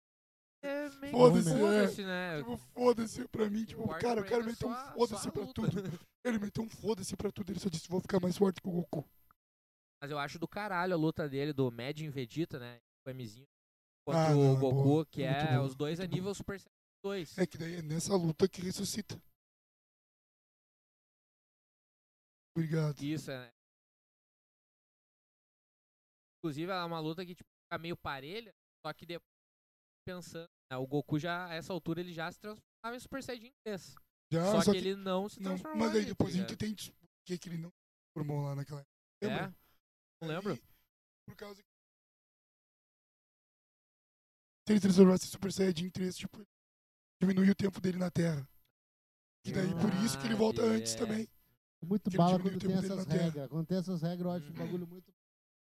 É meio que Foda-se, é. foda-se, né? Tipo, foda-se pra mim, tipo, Warrior cara, o cara meteu Breaker um é só- só foda-se a pra luta. tudo. Ele meteu um foda-se pra tudo, ele só disse, vou ficar mais forte que o Goku. (laughs) Mas eu acho do caralho a luta dele, do Majin Vegeta, né? O Mzinho. Contra Ah, não, o é Goku, boa. que Muito é boa, os dois a muito boa. nível Super Saiyajin 2. É que daí é nessa luta que ressuscita. Obrigado. Isso, é. Inclusive, ela é uma luta que tipo, fica meio parelha, só que depois, pensando, né, o Goku já, a essa altura, ele já se transformava em Super Saiyajin 3. Já, só, que, ele não se Ah, não, transformou. mas aí ali, tá depois a gente ligado? entende por que, que ele não formou lá naquela época. É? Lembra? Não lembro. Aí, por causa que... Se ele transformasse em Super Saiyajin 3, tipo, diminui o tempo dele na Terra. né, E daí por isso que ele volta Verdade, antes é. também. Muito Que ele bala diminui quando o tem tempo dele essas na Hum. Terra. regras. Quando tem essas regras, eu acho um bagulho muito.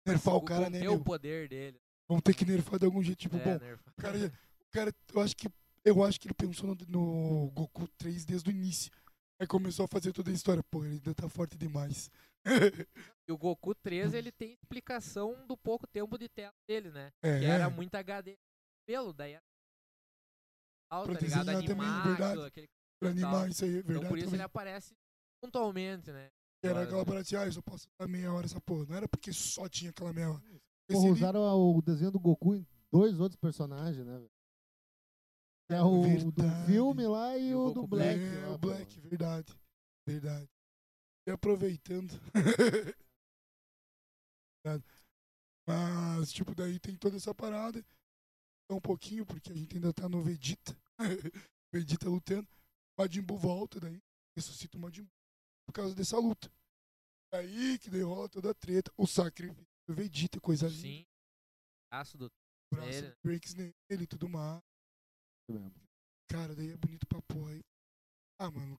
Nerfar o Goku cara, né, deu o meu? poder dele. Vamos ter que nerfar de algum jeito. Tipo, é, bom, nerfa- O cara, o cara, eu acho que eu acho que ele pensou no, no Goku 3 desde o início. Aí começou a fazer toda a história. Pô, ele ainda tá forte demais. (laughs) E o Goku 3, ele tem explicação do pouco tempo de tela dele, né? é, Que era muito HD. Pelo, daí era... Tá Pra ligado? desenhar também, Animado, verdade. aquele... pra tal. animar isso aí, é Então verdade. por isso também. ele aparece pontualmente, né? Era Claro. aquela parada de, ah, eu só posso dar meia hora essa porra. Não era porque só tinha aquela meia hora. Porque se Porra, ele- usaram o desenho do Goku em dois outros personagens, né? velho? É o do Verdade. filme lá e, E o o, do Goku Black. é, lá, o pô. Black, verdade. Verdade. E aproveitando. (laughs) Verdade. Mas, tipo, daí tem toda essa parada. É um pouquinho, porque a gente ainda tá no Vegeta. (laughs) Vegeta lutando. Majin Buu volta, daí ressuscita o Majin Buu por causa dessa luta. Daí que daí rola toda a treta. O sacrifício do Vegeta, coisa linda. Sim. Aço do... O braço nele. do breaks nele e tudo mais. Isso mesmo. Cara, daí é bonito pra porra. Aí... Ah, mano,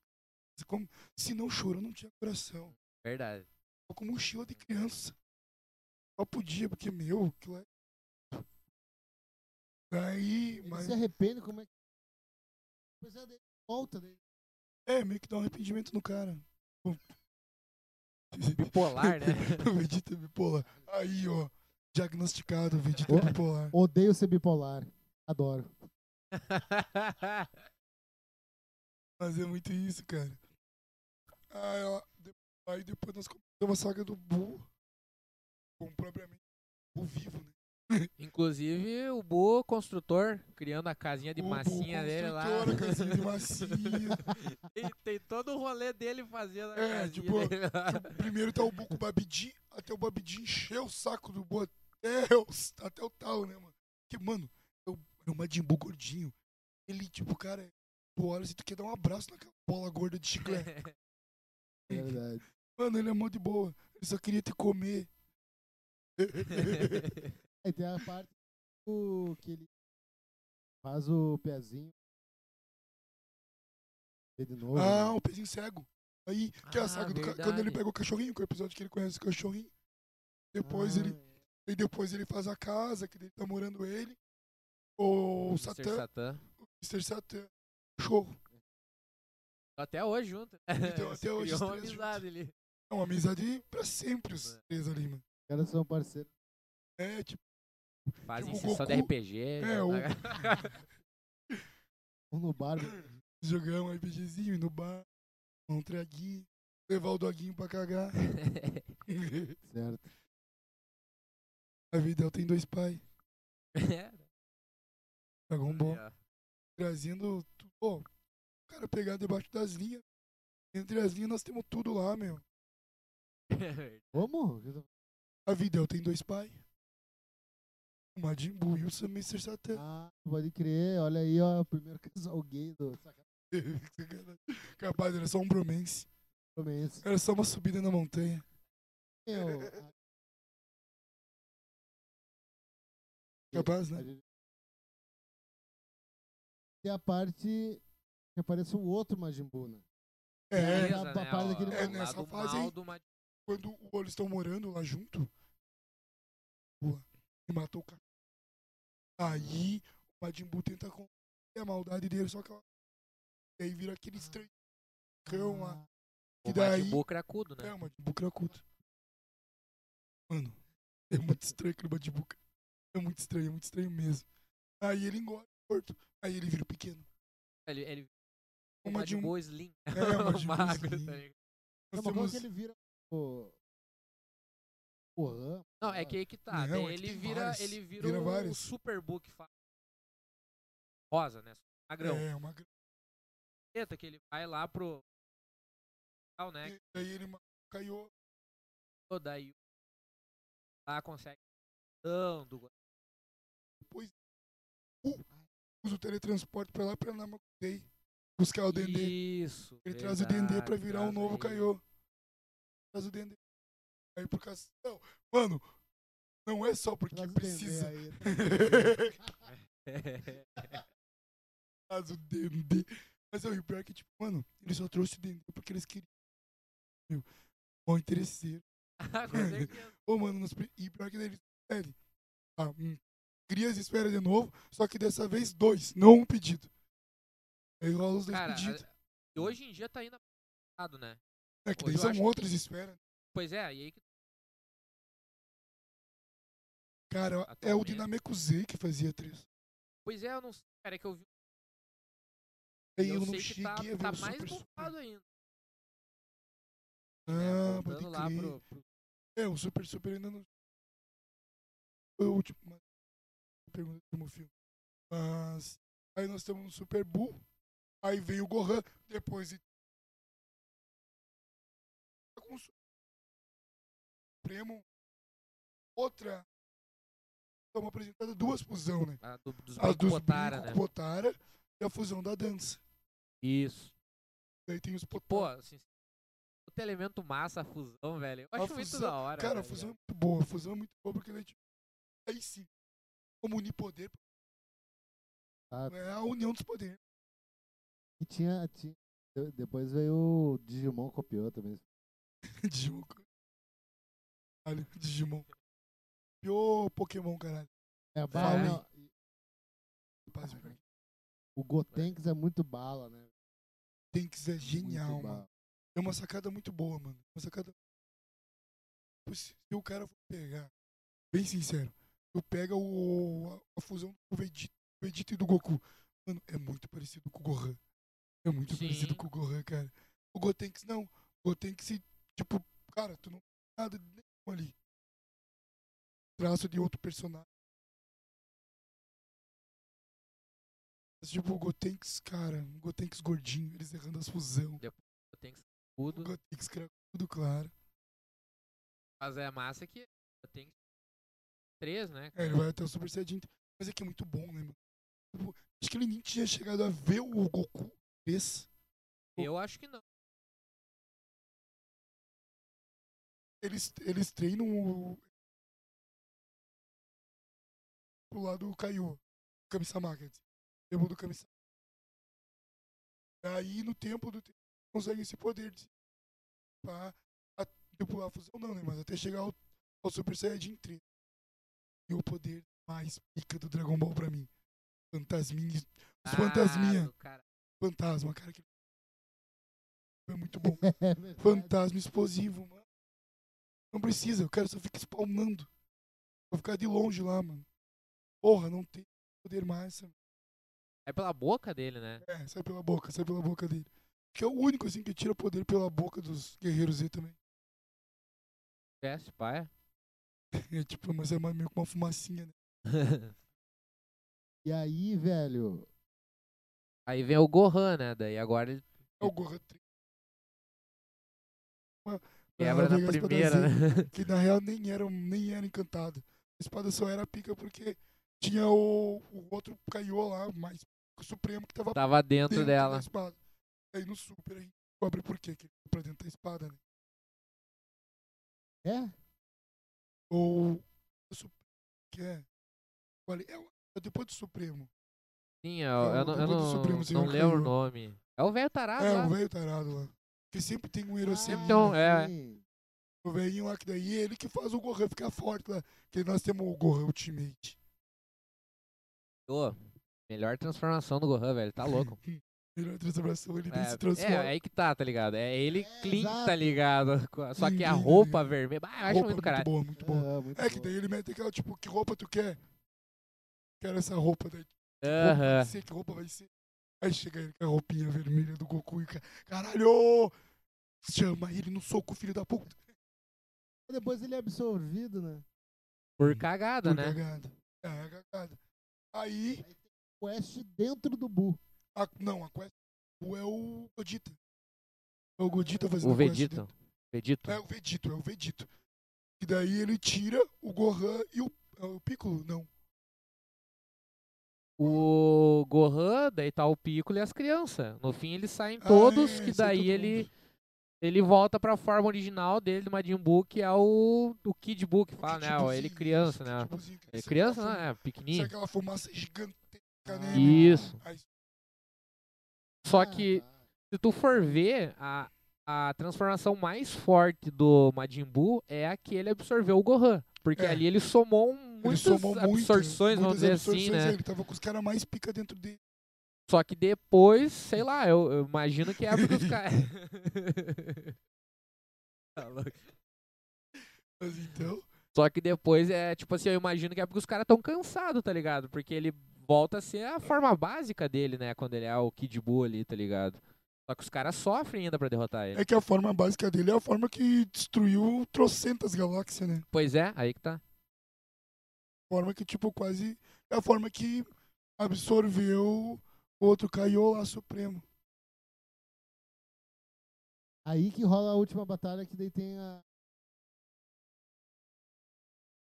se como... se não chorou, não tinha coração. (laughs) Verdade. Só com mochila de criança. Só podia, porque, meu, que lá. Daí, Ele mas. se arrepende, como é que. Pois é, daí volta. Daí. É, meio que dá um arrependimento no cara. Bipolar, (laughs) né? (laughs) Vegeta é bipolar. Aí, ó. (laughs) Diagnosticado, Vegeta Ô. bipolar. Odeio ser bipolar. Adoro. Mas é muito isso, cara. Ah, ela- de- Aí depois nós começamos a saga do Buu. Com propriamente o Buu vivo, né? Inclusive, o Bo, construtor, criando a casinha de O Buu massinha dele lá. construtor, a casinha (laughs) de massinha. (laughs) tem, tem todo o rolê dele fazendo a É, casinha tipo, dele lá. Tipo, primeiro tá o Buu com o Babidi, até o Babidi encher o saco do Buu até o, até o tal, né, mano? Porque, mano, é o, é o Majin Buu gordinho. Ele, tipo, cara, tu olha se tu quer dar um abraço naquela bola gorda de (laughs) chiclete. É verdade. Mano, ele é mó de boa. Ele só queria te (laughs) comer. é. Aí tem a parte do- que ele faz o pezinho. E De novo. ah, né? o pezinho cego. Aí, que é Ah, a saga do ca- verdade. Quando ele pega o cachorrinho, que é o episódio que ele conhece o cachorrinho. Depois Ah, ele. E depois ele faz a casa, que ele tá morando ele. O, Mr. Satã, Mr. Satã. Cachorro. Até hoje junto. Então, até hoje os (laughs) Criou uma três amizade ali. É uma amizade pra sempre os É. três ali, mano. Os caras são parceiros. É, tipo, Fazem Tipo, o sessão de Goku- RPG. é, (laughs) o, joga- Um no bar. jogamos um RPGzinho ir no bar, um traguinho, levar o doguinho pra cagar. (laughs) Certo. A Videl tem dois pais, É, Dragon Ball, aí, ó. trazendo tudo. Pô, o cara pegar debaixo das linhas. Entre as linhas nós temos tudo lá, meu. (laughs) (laughs) Como? A Videl tem dois pais. O tá- Majin Buu e o Mr. Satan. (laughs) Ah, pode crer. Olha aí, ó. O primeiro casal gay do. (laughs) Capaz, era só um bromense. Promense. Era só uma subida na montanha. (laughs) Meu, Capaz, né? Tem a parte que aparece um outro Majin Buu, né? É, né, a- a parte daquele- É, nessa fase aí. quando o- eles estão morando lá junto, boa, e matou o cara. Aí o Majin Buu tenta com a maldade dele, só que ela... E aí vira aquele estranho cão Ah, lá. que que daí... daí- cracudo, É, né? o Majin Buu cracudo. Mano, é muito estranho aquele Majin Buu. cara. É muito estranho, é muito estranho mesmo. Aí ele engole o morto. Aí ele vira o pequeno. Ele, ele O uma de Majin Buu- boa slim. É, o (laughs) Majin Buu magro, Slim. tá ligado? Não, Nós mas como é temos... que ele vira o. O Ram? Não, é que aí que tá. Não, daí é que ele, tem vira, vários. ele vira, Vira o- o vários. super book rosa, né? Magrão. É, uma grande. Preta, que ele vai lá pro. tal, né? Aí ele ma- caiu. que Daí lá consegue. Dando. uh, usa o teletransporte pra lá pra Namakudei buscar o Dendê. Isso. Ele traz o Dendê pra verdade, virar o traz novo aí. Kaiô. Traz o Dendê. Aí por causa. Não, mano, não é só porque Traz o Dendê precisa. aí. né? (laughs) Traz o Dendê. Mas é o pior que, tipo, mano, ele só trouxe o Dendê porque eles queriam. Meu, mó interesseiro. (laughs) (laughs) Com certeza. Ô, mano, nos... pri- e pior que daí ele. ele ah, hum, cria as esferas de novo, só que dessa vez dois, não um pedido. Aí rola os dois Cara, pedidos. a- e hoje em dia tá ainda errado, né? É que daí hoje eu são acho que- outras esferas. Pois é, e aí que Cara, é o Atualmente. Dinamico Z que fazia três. Pois é, eu não sei, cara, é que eu vi. Aí eu, eu não sei que cheguei tá, a ver tá o mais Super bombado Super. ainda. Ah, né? pode Voltando lá crer. pro, pro- É, o Super Super ainda não. Foi o último. mas- Pergunta do último filme. Mas. Aí nós temos um Super Bull. Aí veio o Gohan. Depois. de- Tá com o Su- Supremo. Outra. Estamos apresentando duas fusão, né? a do- dos A dos Botara, Bico né? Botara e a fusão da dança. Isso. Daí tem os Pô, Potara. assim, outro elemento massa, a fusão, velho. Eu A acho muito fusão- da hora. Cara, a tá fusão é ligado? muito boa. A fusão é muito boa porque a gente. Aí sim. Como unir poder. Ah. É a união dos poderes. (laughs) E tinha, tinha. de- Depois veio o Digimon copiou também. Digimon. Caralho, Digimon. Pior Pokémon, caralho. É, bala, aí. não, Rapaz, velho. o Gotenks é muito bala, né? Tanks é genial, muito mano. bala. (laughs) É uma sacada muito boa, mano. Uma sacada. Pô, Se se o cara for pegar, bem sincero, tu pega o, a, a fusão do Vegeta, do Vegeta e do Goku. Mano, é muito parecido com o Gohan. É muito Sim. parecido com o Gohan, cara. O Gotenks não. O Gotenks, tipo, cara, tu não tem nada de nenhum ali. Traço de outro personagem. Mas, Tipo, o Gotenks, cara, o Gotenks gordinho, eles errando as fusão. Tem que ser O tudo. Gotix cracudo, claro. Mas é massa que tem três, né? É, ele vai até o Super Saiyajin. Mas é que é muito bom, né, mano? Tipo, acho que ele nem tinha chegado a ver o Goku esse. Eu acho que não. Eles, eles treinam o. Pro lado do Kaiô. Kamisama, quer dizer. Templo do Kamisama. Aí no tempo do tempo consegue esse poder de. Pra, a, tipo, a fusão não, né? Mas até chegar ao, ao Super Saiyajin 3. E o poder mais pica do Dragon Ball pra mim. Fantasminha. Os fantasminha. Ah, do cara. Fantasma, cara. Que... É muito bom. É verdade. Fantasma explosivo, mano. Não precisa, o cara só fica spawnando. Vou ficar de longe lá, mano. Porra, não tem poder mais. sabe? É pela boca dele, né? É, sai pela boca, sai pela boca dele. Que é o único, assim, que tira poder pela boca dos guerreiros Z também. (laughs) Teste, pai. É tipo, mas é mais meio que uma fumacinha, né? E aí, velho, (laughs) Aí vem o Gohan, né? Daí agora ele É o Gohan Tri- quebra vem na as primeira, né? (laughs) Que na real nem era, nem era encantado. A espada só era pica porque tinha o, o outro Kaiô lá, mais o Supremo que tava Tava dentro da dela. espada. Aí no Super a gente descobre por quê, que ele foi pra dentro da espada, né? É? Ou o Supremo que é. Olha, é, o- é depois do Supremo. Sim, eu, eu, não- eu Depois É, do não, Supremozinho não que lembro caiu. o nome. É o velho tarado é, lá. o velho tarado lá. Porque sempre tem um Erosemi. sempre tem um- é. sim. O velhinho lá que daí é ele que faz o Gohan ficar forte lá. Porque nós temos o Gohan Ultimate. Ô, melhor transformação do (laughs) Gohan, velho. Tá louco. Melhor transformação, ele nem se É, transforma. é, é aí que tá, tá ligado? É ele É, clean, tá exato. ligado? Co- Só que a Clean, roupa tá vermelha. Ah, eu Roupa acho muito caralho. boa, muito boa. Ah, muito É que boa. daí ele mete aquela, tipo, que roupa tu quer? Quero essa roupa daí. Roupa vai Aham. ser, que roupa vai ser? Aí chega ele com a roupinha vermelha do Goku e o cara, caralho! Chama ele no soco, filho da puta. Depois ele é absorvido, né? Por cagada, Por né? cagada. É, é cagada. Aí, Quest dentro do Buu. a- não, a quest é o Godita. É o Godita fazendo O a quest Vegito. Vegito. É o Vegito, é o Vegito. E daí ele tira o Gohan e o, é o Piccolo, não. O Gohan, daí tá o Piccolo e as crianças. No fim eles saem todos, Ah, é, que sai daí todo ele, mundo. ele volta pra forma original dele do Majin Buu, que é o, o Kid Buu que fala, né? ó, Ele Tibuzinho, criança, tipo assim, isso, né? tibuzinho, que Ele sai criança, aquela né? fuma- É, sai pequenininho. aquela fumaça gigantesca, né? meu? Isso. Aí Só Ah, que tá. se tu for ver, a, a transformação mais forte do Majin Buu é a que ele absorveu o Gohan. Porque É. ali ele somou um- Ele muitas somou muito, absorções, muitas vamos dizer assim, absorções, né? é, Ele tava com os caras mais pica dentro dele. Só que depois, sei lá, eu, eu imagino que é porque (laughs) os caras. Tá louco. Mas então, Só que depois é tipo assim, eu imagino que é porque os caras tão cansados, tá ligado? Porque ele volta a ser a forma básica dele, né? Quando ele é o Kid Buu ali, tá ligado? Só que os caras sofrem ainda pra derrotar ele. é que a forma básica dele é a forma que destruiu trocentas galáxias, né? Pois é, aí que tá. Forma que, tipo, quase. É a forma que absorveu o outro Kaiô lá Supremo. Aí que rola a última batalha que daí tem a.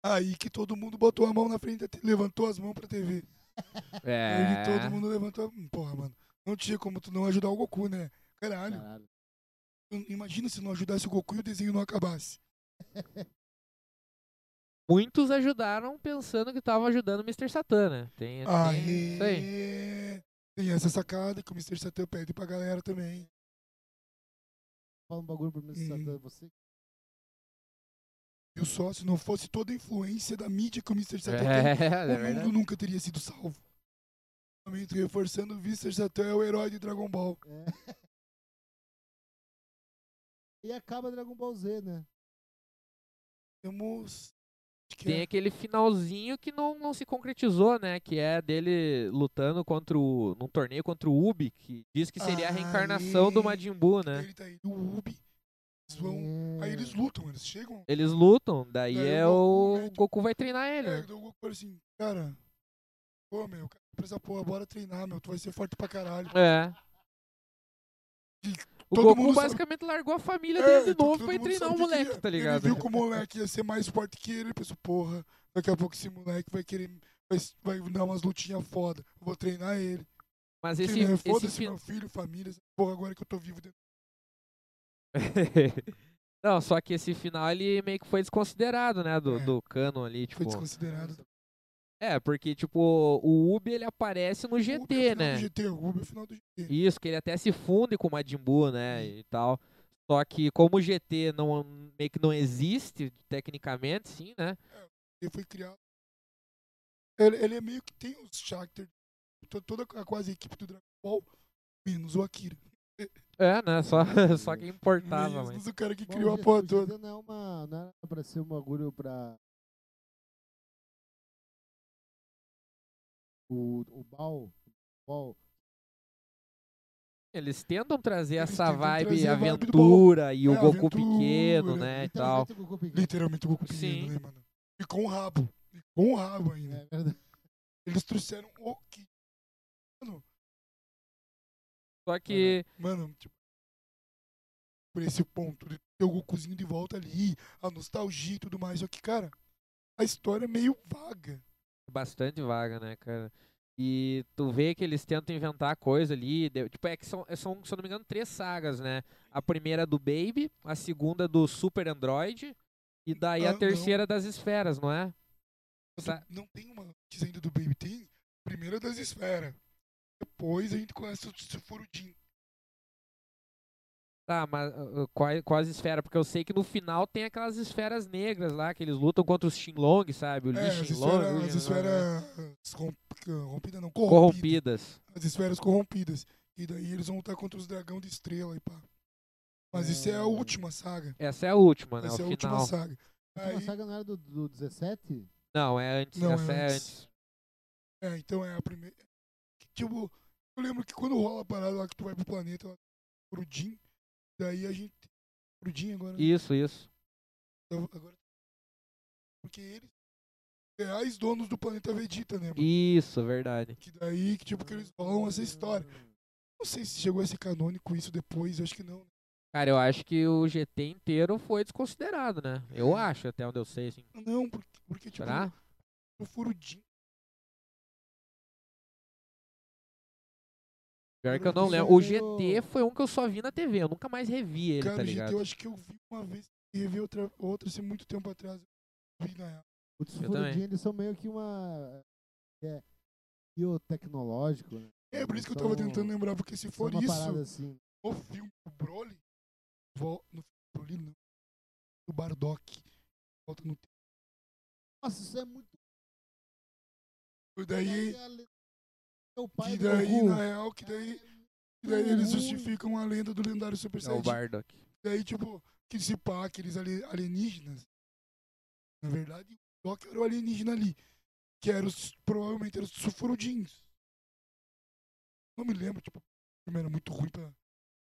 Aí que todo mundo botou a mão na frente, da te- levantou as mãos pra TV. Aí É. todo mundo levantou. a- Porra, mano. Não tinha como tu não ajudar o Goku, né? É. Caralho. Caralho. Imagina se não ajudasse o Goku e o desenho não acabasse. Muitos ajudaram pensando que estavam ajudando o Mr. Satan, né? Tem, Ah, tem isso aí. Aí. Tem essa sacada que o Mr. Satan pede pra galera também. (laughs) Fala um bagulho pro Mr. Uhum. Satan, você. E o só, se não fosse toda a influência da mídia que o Mr. Satan tem, (laughs) É, é o mundo verdade. nunca teria sido salvo. Novamente Reforçando, o Mr. Satan é o herói de Dragon Ball. É. (laughs) E acaba Dragon Ball Z, né? Temos. acho que é- Tem aquele finalzinho que não, não se concretizou, né? Que é dele lutando contra o. num torneio contra o Ubi, que diz que seria a reencarnação do Aí. Majin Buu, né? Hum. Ele tá aí, o Ubi. Eles vão. É. Aí eles lutam, eles chegam. Eles lutam, daí Daí o é Goku, o. né, o tipo, Goku vai treinar ele, É, né? daí o Goku fala assim, cara. Pô, meu, cara, pra essa porra, bora treinar, meu. Tu vai ser forte pra caralho. É. O Todo Goku mundo sabe- basicamente largou a família É, dele de então novo todo pra ir mundo treinar sabe o que moleque, ele- tá ligado? Ele viu que o moleque ia ser mais forte que ele, ele pensou, porra, daqui a pouco esse moleque vai querer, vai, vai dar umas lutinhas foda, vou treinar ele. Mas Que, esse, né, esse, Foda-se fi- meu filho, família, essa porra, agora que eu tô vivo dentro. (laughs) Não, só que esse final ele meio que foi desconsiderado, né? Do, É. do canon ali, Foi tipo. desconsiderado. É, porque, tipo, o Ubi ele aparece no O Ubi é o GT, final né? Do GT, o Ubi é o final do GT. Isso, que ele até se funde com o Majin Buu, né? E tal. Só que como o GT não, meio que não existe, tecnicamente, sim, né? Ele foi criado. Ele, ele é meio que tem os Shachter, to- toda a quase equipe do Dragon Ball, menos o Akira. É, né? Só, (laughs) só que importava, mas. menos o cara que Bom, criou a o porra GT toda. Não, é uma, não era pra ser um bagulho pra. O, o Bal. O Bal. Eles tentam trazer Eles essa tentam vibe trazer a vibe do aventura e o É, Goku aventura, então, pequeno, né? E tal. Literalmente Então, o Goku pequeno. Literalmente o Goku Sim. pequeno, né, mano? E com o rabo. E com o rabo ainda. É verdade. Eles trouxeram o que. Mano, Só que. mano, tipo. Por esse ponto de ter o Gokuzinho de volta ali, a nostalgia e tudo mais. Só que, cara, a história é meio vaga. bastante vaga, né, cara? E tu vê que eles tentam inventar coisa ali. de- Tipo, é que são, é- são, se eu não me engano, três sagas, né? A primeira do Baby, a segunda do Super Android, e daí Ah, a não. terceira das esferas, não é? Sa- Não tem uma antes ainda do Baby Tem. Primeiro é das esferas. Depois a gente conhece o Sufurudin. Tá, mas uh, uh, quais, quais esferas? Porque eu sei que no final tem aquelas esferas negras lá, que eles lutam contra os Xinlong, sabe? O Li É, as Xinlong. esferas, Li as Xinlong, né? esferas romp- rompidas, não, corrompidas. Corrompidas. As esferas corrompidas. E daí eles vão lutar contra os dragão de estrela e pá. Mas isso é a É. última saga. Essa é a última, né? Essa é a o última final. saga. Uma Aí, Então, saga não era do, do 17? Não, é antes. Não, é essa é antes. antes. é, então é a primeira. que, Tipo, eu lembro que quando rola a parada lá que tu vai pro planeta, lá, pro Jin, daí a gente. Pro Jin agora. né? Isso, isso. Então, agora- Porque eles são os reais donos do planeta Vegeta, né? mano? Isso, verdade. Que daí, que, tipo, que eles rolam essa história. Não sei se chegou a ser canônico isso depois, eu acho que não. Cara, eu acho que o GT inteiro foi desconsiderado, né? Eu acho, até onde eu sei, assim. Não, porque, porque É. tipo, Será? o Furudin. Pior que eu eu não não lembro. O sei, eu- GT foi um que eu só vi na TV, eu nunca mais revi ele, Cara, tá o GT ligado? eu acho que eu vi uma vez e revi outra, outra assim, muito tempo atrás. Eu Vi na real. O também. Tsufurodin, eles são meio que uma. É. Biotecnológico, né? É, por isso que eu Então, um tava tentando lembrar, porque se São for uma isso, parada assim. no filme do Broly, vol- no filme do Broly, não. Do Bardock. Volta no tempo. Nossa, isso é muito. é E daí, Meu pai que do daí, Goku. na real, que daí, que daí eles justificam a lenda do lendário Super É o Saiyajin. Bardock. Daí, tipo, que se pá, aqueles ali- alienígenas. Na verdade, o Doc era o alienígena ali. Que era os, provavelmente era os Sufurudins. Não me lembro, tipo, o filme era muito ruim pra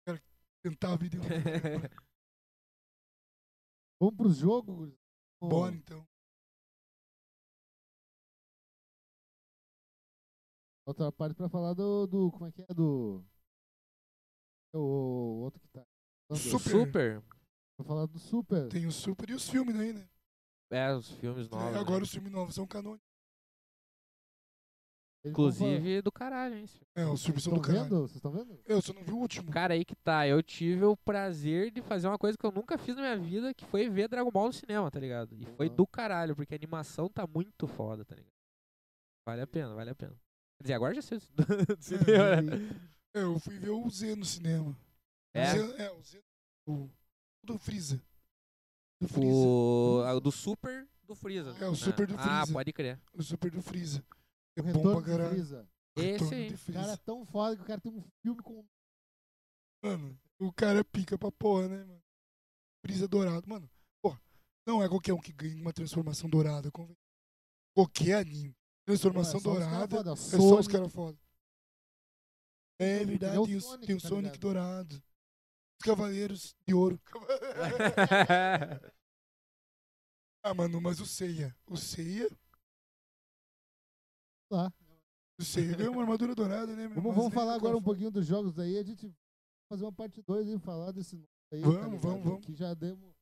cara, tentar a vida. em um- (laughs) Vamos pro jogo? Bora, então. Outra parte pra falar do, do. Como é que é? Do. É O, o outro que tá. (laughs) Super. Super. Pra falar do Super. Tem o Super e os filmes daí, né? É, os filmes novos. Daí né? agora os filmes novos são canônicos. Eles vão falar- Inclusive do caralho, hein? É, os filmes são Estão do vendo? caralho. Vocês estão vendo? Eu só não vi o último. Cara, aí que tá. Eu tive o prazer de fazer uma coisa que eu nunca fiz na minha vida, que foi ver Dragon Ball no cinema, tá ligado? E foi Aham. do caralho, porque a animação tá muito foda, tá ligado? Vale a pena, vale a pena. Quer dizer, agora já (laughs) sei do do cinema. né? É, eu fui ver o Z no cinema. É, O Z, é, o Z. O, o do Freeza. Do Freeza. o Tipo, a do Super do Freeza. É, o né? Super do Ah, Freeza. pode crer. O Super do Freeza. É O bom retorno pra do caralho. Freeza. Esse Retorno aí. de O cara é Freeza. tão foda que o cara tem um filme com. Mano, o cara é pica pra porra, né, mano? Brisa dourado. Mano, porra, não é qualquer um que ganha uma transformação dourada. conven- Qualquer anime. Transformação dourada. É É só os caras foda. É Ele verdade, é o tem, os- Sonic, tem o tá Sonic ligado? dourado. Os Cavaleiros de (laughs) Ouro. ah, mano, mas o Seiya. O Seiya. Lá. O Seiya ganhou uma armadura dourada, né, meu? Tá. Vamos, Mas vamos nem falar o agora um cara fala. pouquinho dos jogos aí. A gente vai fazer uma parte 2 e falar desse novo aí. Vamos, tá ligado? vamos, vamos. Que já demos.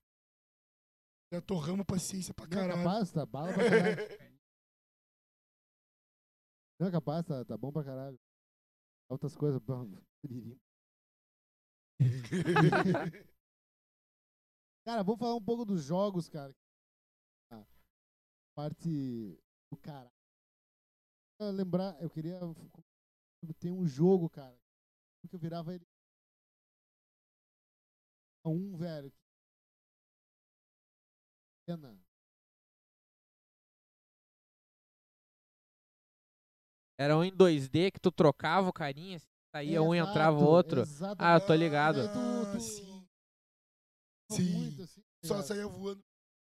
Já torramos paciência pra Não é caralho. capaz, tá bala pra caralho. Não é capaz, tá, tá bom pra caralho. Outras coisas. bom, (laughs) piriri. Cara, vamos falar um pouco dos jogos, cara. Ah, Parte do caralho. Eu lembrar, eu queria. Tem um jogo, cara. Que eu virava ele. Um, velho. Pena. Era um em 2D que tu trocava o carinha, assim, saía um e entrava o Exato, outro. exato. (laughs) Ah, tô ligado. Ah, Tu- tu- sim. Sim. Sim. Muito, assim, Só ligado? saía voando.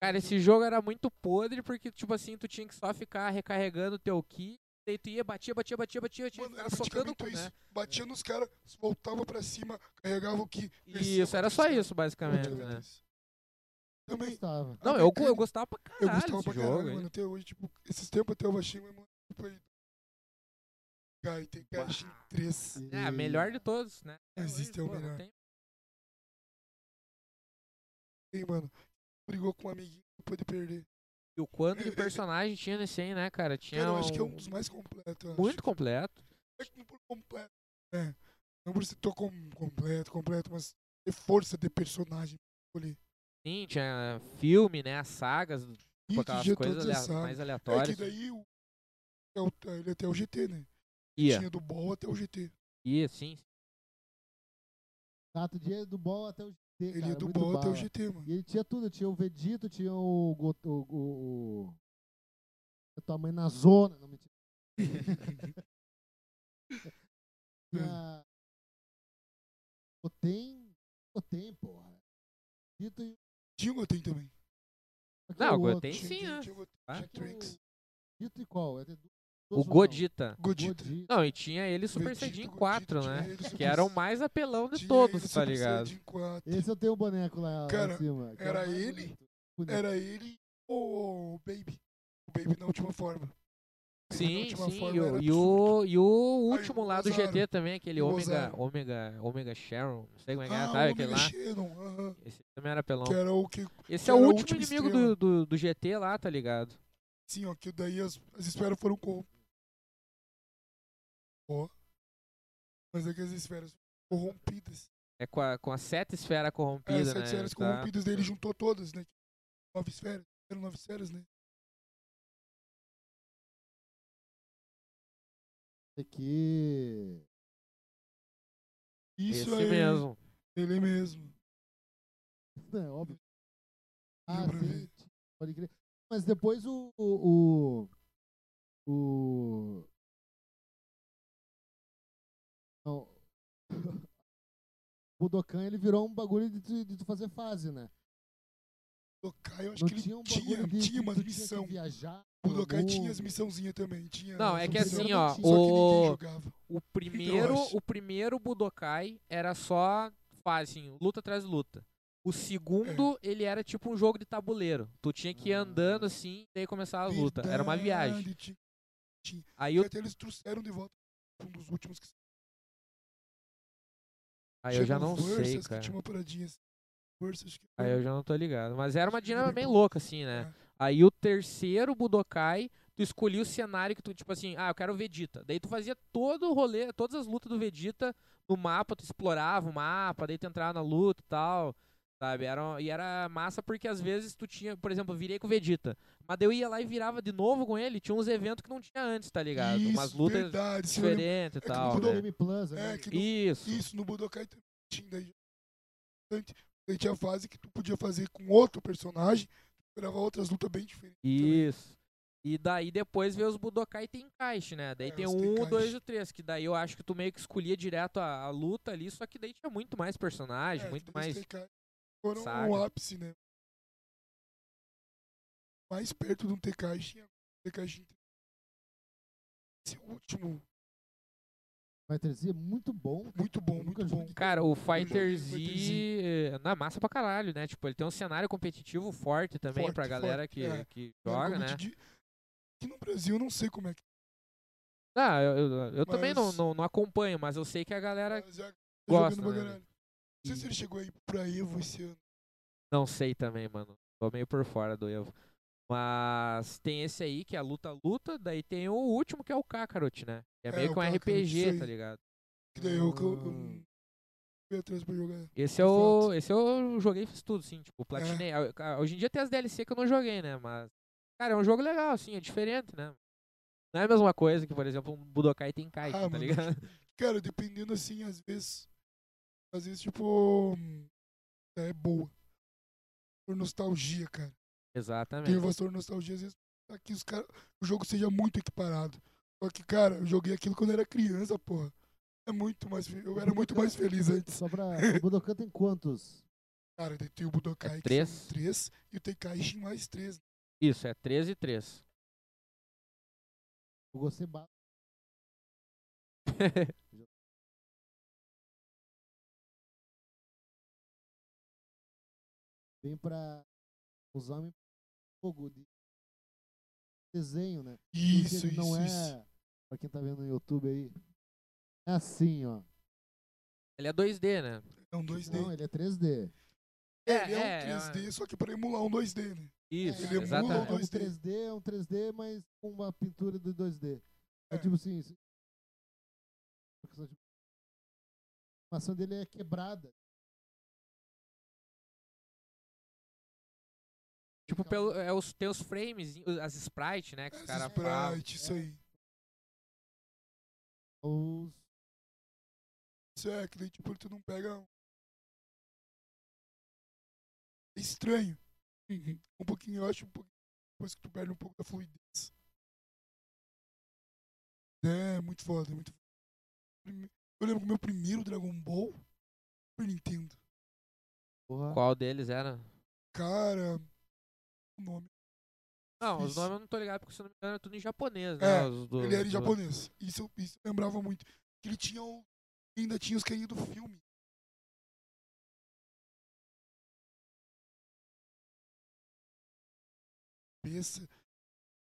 Cara, esse jogo era muito podre porque, tipo assim, tu tinha que só ficar recarregando teu ki. Daí tu ia, batia, batia, batia, batia, batia, Mano, ficava era socando o praticamente cu, isso. né? Batia nos caras, voltava pra cima, carregava o que. Isso, era só isso, basicamente, né? Praticamente isso. Também. Gostava. Não, a eu, mecânica- eu gostava pra Eu tá caralho gostava desse pra jogo. caralho, hein? mano. Até hoje, tipo, esses tempos até eu baixei, mas, mano, tipo aí. Cara, tem Gaijin 3. É, melhor de todos, né? Até Existe, é o pô, não melhor. tem- Tem, mano. Brigou com um amiguinho depois de perder. E o quanto de personagem tinha nesse aí, né, cara? Tinha Cara, eu acho que é um um- dos mais completos. eu acho. muito completo. É que não por completo. É. Não por ser tão com- completo, completo, mas ter força de personagem. Escolher. Sim, tinha filme, né? As sagas, tipo, E aquelas tinha coisas todas alea- as sagas. mais É que aleatórias. daí o, é o, ele até o GT, né? Ia, Tinha do Ball até o GT. ia, sim. Tato de do bol até o GT, Ele cara, ia do muito Ball até o bala. GT, mano. E ele tinha tudo, tinha o Vegito, tinha o. Got- o, o, o... a Tua mãe na zona, não (laughs) mentira. É. Tinha- Ah, Goten. Goten, porra. Vegito e. Tinha o Goten também. aqui é Não, o o outro. Goten Tinha- sim, tinha- né? Tinha o Goten, Ah. tinha o Aqui o Trunks. Vegito e qual? É de duas O versões, Gogeta. Godita. Godita. Não, e tinha ele Super Vegeta, Saiyajin Gogeta, 4, tinha né? ele, Super Que era o Saiyajin- mais apelão de Tinha ele, todos, tá Super ligado? Saiyajin 4. Esse eu tenho um boneco lá, Cara, lá em cima. que é o era mais ele? bonito. Bonito. Era ele ou o Baby. O Baby na última forma. O Baby na Sim, última sim, forma e o, era e, absurdo. o, e o último o lá do Ozaru. GT também, aquele E o Omega, Ozaru. Omega, Omega Sharon, não sei como é que é, Ah, sabe o Omega aquele lá? Shadow, aham. Esse também era apelão. Que era o que Esse que é o era a último última inimigo estrela. do, do, do GT lá, tá ligado? Sim, ó, que daí as, as esferas foram corrom- Ó. Mas é que as esferas foram corrompidas. É com a, com a sete esfera É, corrompida, as né? sete esferas tá? corrompidas dele juntou todas, né? Nove esferas. Eram nove esferas, né? Esse aqui. Isso é Esse aí. mesmo. Ele mesmo. Não, é óbvio. Deu Ah, pra sim, ver? sim, pode crer. Mas depois o. O. O. o... Não. (laughs) O Budokan ele virou um bagulho de tu, de tu fazer fase, né? O Dokai, eu acho Não que ele tinha tinha, um bagulho de tinha que umas tu tinha que missão. viajar. O Dokai pelo tinha as mundo. missãozinhas também. Tinha Não, é as que missão, assim, não ó, tinha. Só que ninguém o, jogava. o primeiro, acho. o primeiro Budokai era só fase, assim, luta atrás de luta. O segundo, É. ele era tipo um jogo de tabuleiro. Tu tinha que ir Ah. andando assim, e daí começar a luta. Era uma viagem. Verdade, tinha- Aí eu, Até eles trouxeram de volta um dos últimos que aí eu já Chegou não Versus, sei, que cara. tinha uma paradinha assim. Versus, que Aí eu já não tô ligado. Mas era uma Acho que dinâmica (laughs) bem depois- louca, assim, né? É. Aí o terceiro Budokai, tu escolhia o cenário que tu, tipo assim, ah, eu quero o Vegeta. Daí tu fazia todo o rolê, todas as lutas do Vegeta no mapa, tu explorava o mapa, daí tu entrava na luta e tal. Sabe? Era, um- e era massa porque às vezes tu tinha, por exemplo, eu virei com o Vegeta. Mas daí eu ia lá e virava de novo com ele, tinha uns eventos que não tinha antes, tá ligado? Isso, Umas lutas verdade, se eu lembro- diferentes e que tal. mudou- né? Game Plus, né? É, que no- Isso. isso, no Budokai também tinha. Daí, antes- daí tinha a fase que tu podia fazer com outro personagem, tu grava outras lutas bem diferentes. também. Isso. E daí depois veio os Budokai e tem encaixe, né? Daí É, tem os um, tem o encaixe. dois e o três. Que daí eu acho que tu meio que escolhia direto a, a luta ali, só que daí tinha muito mais É, personagem, muito daí mais. os TK Foram saga. o ápice, né? Mais perto de um TK tinha um TK tinha- Esse é último, Vai ter sido muito bom. muito bom, Nunca muito bom. joguei. Cara, o joguei o Fighter Fighter Z Z. eh, na massa pra caralho, né? Tipo, ele tem um cenário competitivo forte também Forte, pra galera forte, que, é. que Era joga, como eu né? te di- Aqui no Brasil eu não sei como é que Ah, eu, eu- eu também não, Mas- não, não acompanho, mas eu sei que a galera. Mas já tá gosta, jogando pra né, caralho. Não sei se ele chegou aí pra Evo esse ano. Não sei também, mano. Tô meio por fora do Evo. Mas tem esse aí, que é a luta-luta, daí tem o último, que é o Kakarot, né? Que é, É, meio o que um Kakarot, isso RPG, aí. tá ligado? Que daí eu, que eu, eu Ah. fui atrás pra jogar. Esse eu, Exato. É. esse eu joguei e fiz tudo, assim, tipo, platinei. Ah, ah, Hoje em dia tem as DLC que eu não joguei, né? Mas, cara, é um jogo legal, assim, é diferente, né? Não é a mesma coisa que, por exemplo, um Budokai tem Kai, Ah, tá mano, ligado? Cara, dependendo assim, às vezes. Às vezes, tipo. hum, É boa. Por nostalgia, cara. Tem (laughs) Exatamente. um vastor nostalgia, às vezes. Tá que os cara, o jogo seja muito equiparado. Só que, cara, eu joguei aquilo quando eu era criança, porra. É muito mais. fe- Eu era muito mais feliz antes. Só (laughs) pra. O Budokan tem quantos? Cara, daí tem o Budokai É que três. são três e o Tekai Shin mais três. Isso, é 13 e 3. Eu gostei ba- bem pra os homens fogo de desenho, né? Porque Isso, isso, não é isso. pra quem tá vendo no YouTube aí. É assim, ó. (laughs) Ele é 2D, né? É um 2D. Não, ele é 3D. É, ele é, é, é um 3D, só que pra emular um 2D, né? Isso, Ele emula É um exatamente. dois- 2D. 3D, é um 3D, mas com uma pintura do 2D. É, É. tipo assim. se- A tipo, animação dele é quebrada. Tipo, Então. pelo, é os, tem os frames, as sprites, né? Que os né? Esse caras falam. sprite, isso aí. Os... Isso é, que daí, tipo, tu não pega. um- É estranho. Um pouquinho, eu acho, um pouquinho, depois que tu perde um pouco da fluidez. É, muito foda, muito foda. Prime- Eu lembro que o meu primeiro Dragon Ball foi Nintendo. Porra. Qual deles era? Cara, o nome. Não, os Isso. nomes eu não tô ligado, porque se eu não me engano era tudo em japonês, né? É, os do- Ele era em do- japonês. Isso, eu- isso eu lembrava muito. Que ele tinha o. Ainda tinha os carinhos do filme. Cabeça.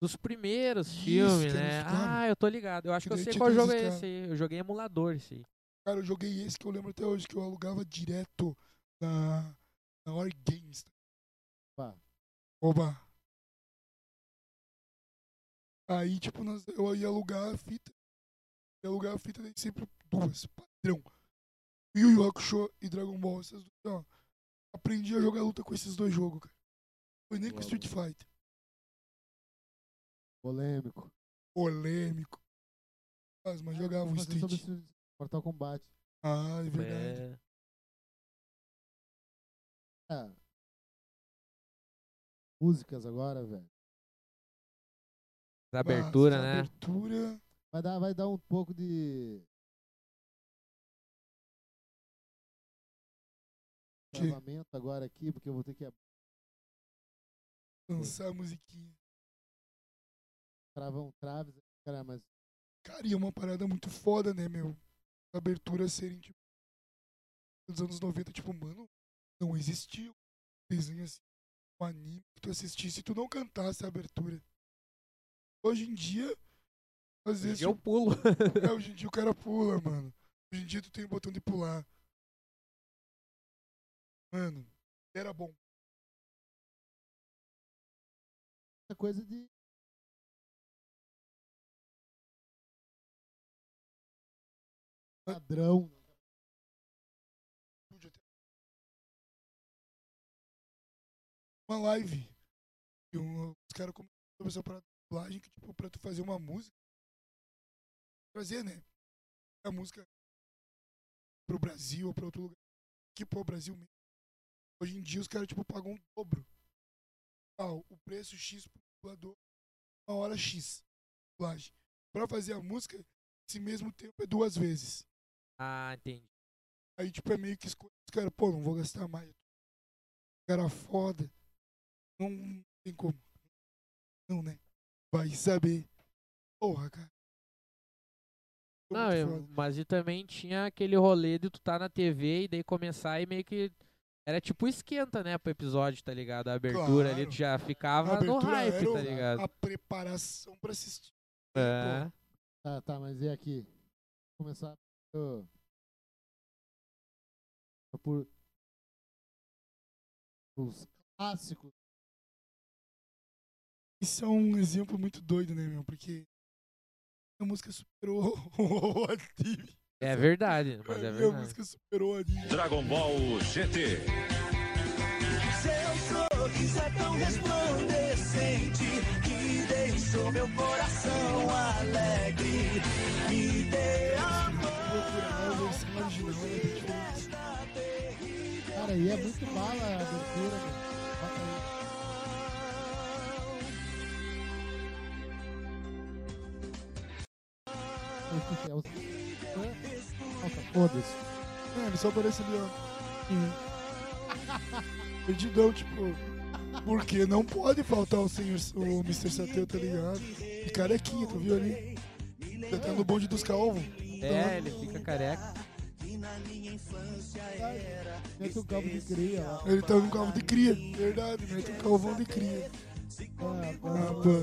Dos primeiros Isso, filmes, que né? eles ficaram. Ah, eu tô ligado. Eu acho Que que eu daí sei tinha qual todos jogo os é caras. esse aí. Eu joguei emulador esse aí. Cara, eu joguei esse que eu lembro até hoje, que eu alugava direto na. Na tá War Games. Opa. Oba. Aí, tipo, nós, eu ia alugar a fita. Ia alugar a fita, daí sempre duas, padrão. Yu Yu Hakusho e Dragon Ball. Essas duas, ó. Aprendi a jogar luta com esses dois jogos, cara. Foi nem com Boa, Street Fighter. Polêmico. Polêmico. Mas, mas Ah, jogava vou um fazer sobre Street. esse Mortal Kombat. Ah, é verdade. É. É. Músicas agora, velho. Da abertura, Mas, né? Abertura. Vai dar, vai dar um pouco de. Que? Travamento agora aqui, porque eu vou ter que Lançar a musiquinha. travar um traves. Cara, mas Cara, e é uma parada muito foda, né, meu? A Abertura serem, tipo, dos anos 90, tipo, mano, não existia um desenho assim, um anime que tu assistisse e tu não cantasse a abertura. Hoje em dia, às vezes, Eu pulo. (laughs) é, hoje em dia o cara pula, mano. Hoje em dia tu tem o botão de pular. Mano, era bom. é coisa de. Padrão. Estúdio até. Uma live. E um- os caras comentaram sobre essa parada de dublagem que, tipo, pra tu fazer uma música. Trazer, né? A música pro Brasil ou pra outro lugar. Que pô, Brasil mesmo. Hoje em dia os caras, tipo, pagam o dobro. Ah, o preço X pro dublador, uma hora X. Dublagem. Pra fazer a música, esse mesmo tempo é duas vezes. Ah, entendi. Aí, tipo, é meio que escolha os caras, pô, não vou gastar mais. Cara foda. Não tem como. Não, né? Vai saber. Porra, cara. Tô Não, muito eu- foda. mas e também tinha aquele rolê de tu tá na TV e daí começar e meio que. Era tipo esquenta, né, pro episódio, tá ligado? A abertura ali, Claro. tu já A ficava no abertura hype, era tá o- ligado? A preparação pra assistir. É. Tá, tá, mas e aqui? Vou começar pelo- por os clássicos. Isso é um exemplo muito doido, né, meu? Porque a música superou (laughs) o anime. É verdade, mas é A verdade. música superou o anime. Dragon Ball GT. Seu sorriso é tão resplandecente que deixou meu coração alegre. Me dê a Procurar né? a versão original mão né, fugir gente? desta terrível Cara, e é muito bala a abertura, cara. Bota aí. Olha o que que é os- Nossa, foda-se. É, ele só aparece ali, ó. Perdidão, tipo. Porque não pode faltar o senhor, o Mr. Sateu, tá ligado? E carequinha, tu viu ali? Tá tendo o bonde dos calvos. É, ele fica careca. Mete um cabo de cria lá. Ele tá num calvo de cria, verdade, né? Tem um calvão de cria. Ah, Ah, pô. pô.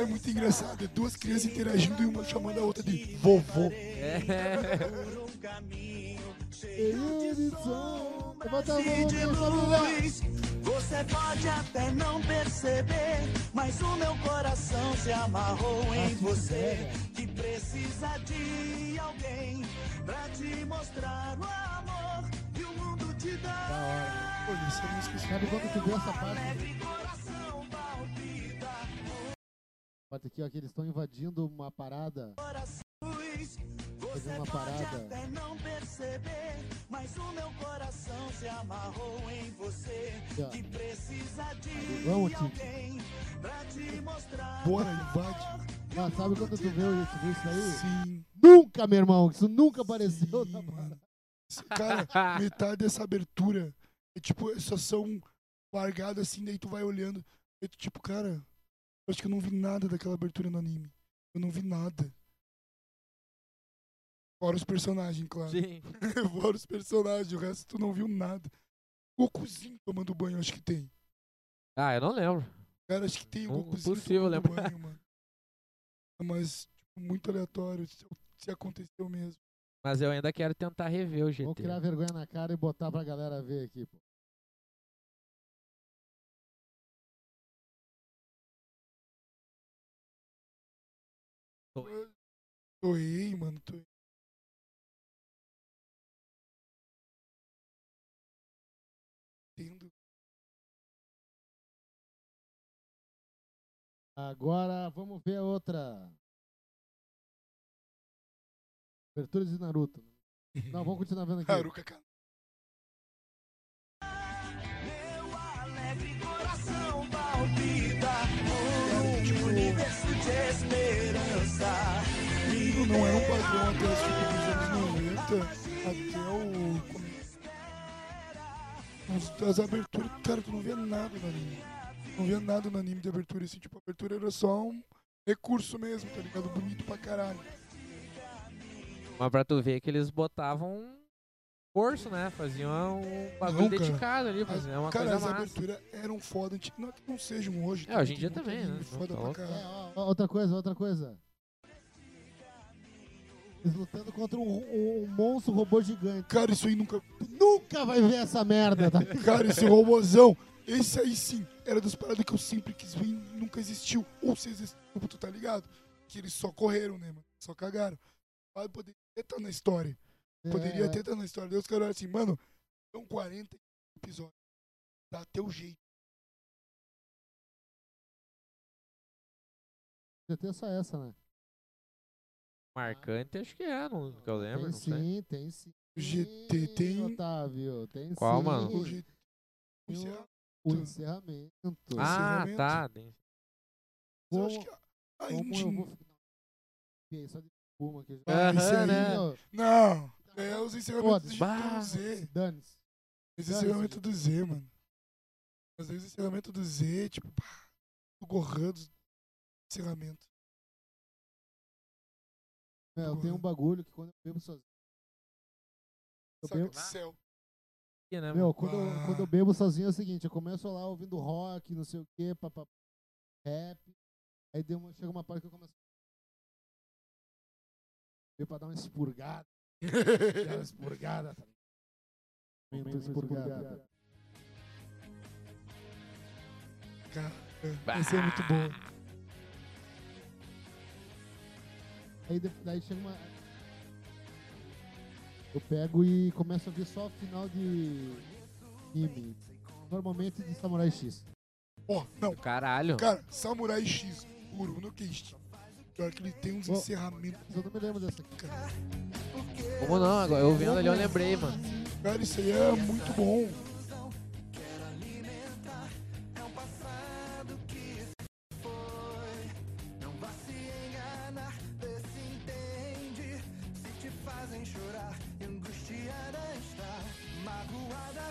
É muito engraçado, é duas crianças interagindo e uma chamando a outra de vovô. É. por um caminho cheio de Eles sombra. são Levanta a mão, Brasil de levanta a mão. luz. Você pode até não perceber, mas o meu coração se amarrou em Assim que você. pega. Que precisa de alguém pra te mostrar o amor que o mundo te Da dá. hora. Pô, essa música Sabe quando tu vê essa parte? Alegre coração palpita, Bota aqui, ó, que eles estão invadindo uma parada. coração luz. Você Fazer uma pode parada. até não perceber, mas o meu coração se amarrou em você. Aqui, ó. Que precisa de Vamos, Tite. alguém pra te mostrar. Bora, né? invade. Ah, sabe quando tu vê, o- tu vê isso aí? Sim. Nunca, meu irmão! Isso nunca apareceu né, sim, na mano. parada. Esse- Cara, Ah. É. metade dessa abertura é tipo, só são largadas assim, daí tu vai olhando. E tu, tipo, cara, eu acho que eu não vi nada daquela abertura no anime. Eu não vi nada. Fora os personagens, claro. (laughs) Sim. (laughs) Fora os personagens, o resto tu não viu nada. Gokuzinho tomando banho, acho que tem. Ah, eu não lembro. Cara, acho que tem o Não- Gokuzinho Hum, impossível tomando lembrar. banho, (laughs) mano. Ah, Mas, tipo, muito aleatório, se, se aconteceu mesmo. Mas eu ainda quero tentar rever o Vamos GT. criar vergonha na cara e botar pra galera ver aqui, pô. Toei, mano, Toei. Entendo. Agora vamos ver a outra. Abertura de Naruto. Não, vamos continuar vendo aqui. Haruka Kana. Meu alegre coração palpita por um universo de esperança. Aquilo não era um padrão até os tipo, dos anos 90, até o. como- os- As aberturas, cara, tu não via nada no anime. Não via nada no anime de abertura, assim, tipo, a abertura era só um recurso mesmo, tá ligado? Bonito pra caralho. Mas pra tu ver que eles botavam força, né? Faziam um bagulho Não, cara. dedicado ali, faziam é uma cara, as coisa massa. aberturas eram foda, anti- não é que não sejam hoje. É, hoje em tem dia muito também, anime né? Foda Não, pra tá caralho. É, Ó, ó, Outra coisa, outra coisa. Eles lutando contra um, um- um monstro robô gigante. Cara, isso aí nunca. Tu nunca vai ver essa merda, tá? Cara, esse robôzão, esse aí sim, era das paradas que eu sempre quis ver e nunca existiu. Ou se existiu, tu tá ligado? Que eles só correram, né, mano? Só cagaram. Mas poderia até estar na história. Poderia É, até estar na história. Daí os caras olharam assim, mano, são 40 episódios. Dá teu jeito. Podia ter só essa, né? Marcante, acho que é, não, que eu lembro, tem não sei. sim, tem sim. GT tem- Otávio, tem Qual, sim. mano? O jeito. Eu- Isso é- O encerramento. Ah, encerramento. tá. tem- eu Como- acho que é um a- a Como Indie- eu vou... E aí, só de espuma aqui. Aham, isso aí, né? ó, Não, é os encerramentos Foda-se. do Bah. Z. Dane-se. Esse Cara, encerramento esse- do Z, mano. Às vezes o encerramento do Z, tipo, pá, o Gohan do encerramento. É, eu tenho um bagulho que quando eu bebo sozinho. Eu Saca bebo- do céu. Ih, né, Meu, mano? quando eu, Ah. quando eu bebo sozinho é o seguinte, eu começo lá ouvindo rock, não sei o que, papapá, rap. Aí deu uma- chega uma parte que eu começo. Veio pra dar uma (laughs) expurgada, dar uma expurgada. tá ligado? Momento expurgada. Cara, é, esse é muito bom. Aí de- daí chega uma. Eu pego e começo a ouvir só final de anime. Normalmente de Samurai X. Ó, não, Caralho. cara, Samurai X, Uru no Kist. Pior que ele tem uns Ó. encerramentos. Mas eu não me lembro dessa aqui. Como não? Agora eu vendo ali, eu lembrei, mano. Cara, isso aí é muito bom. É um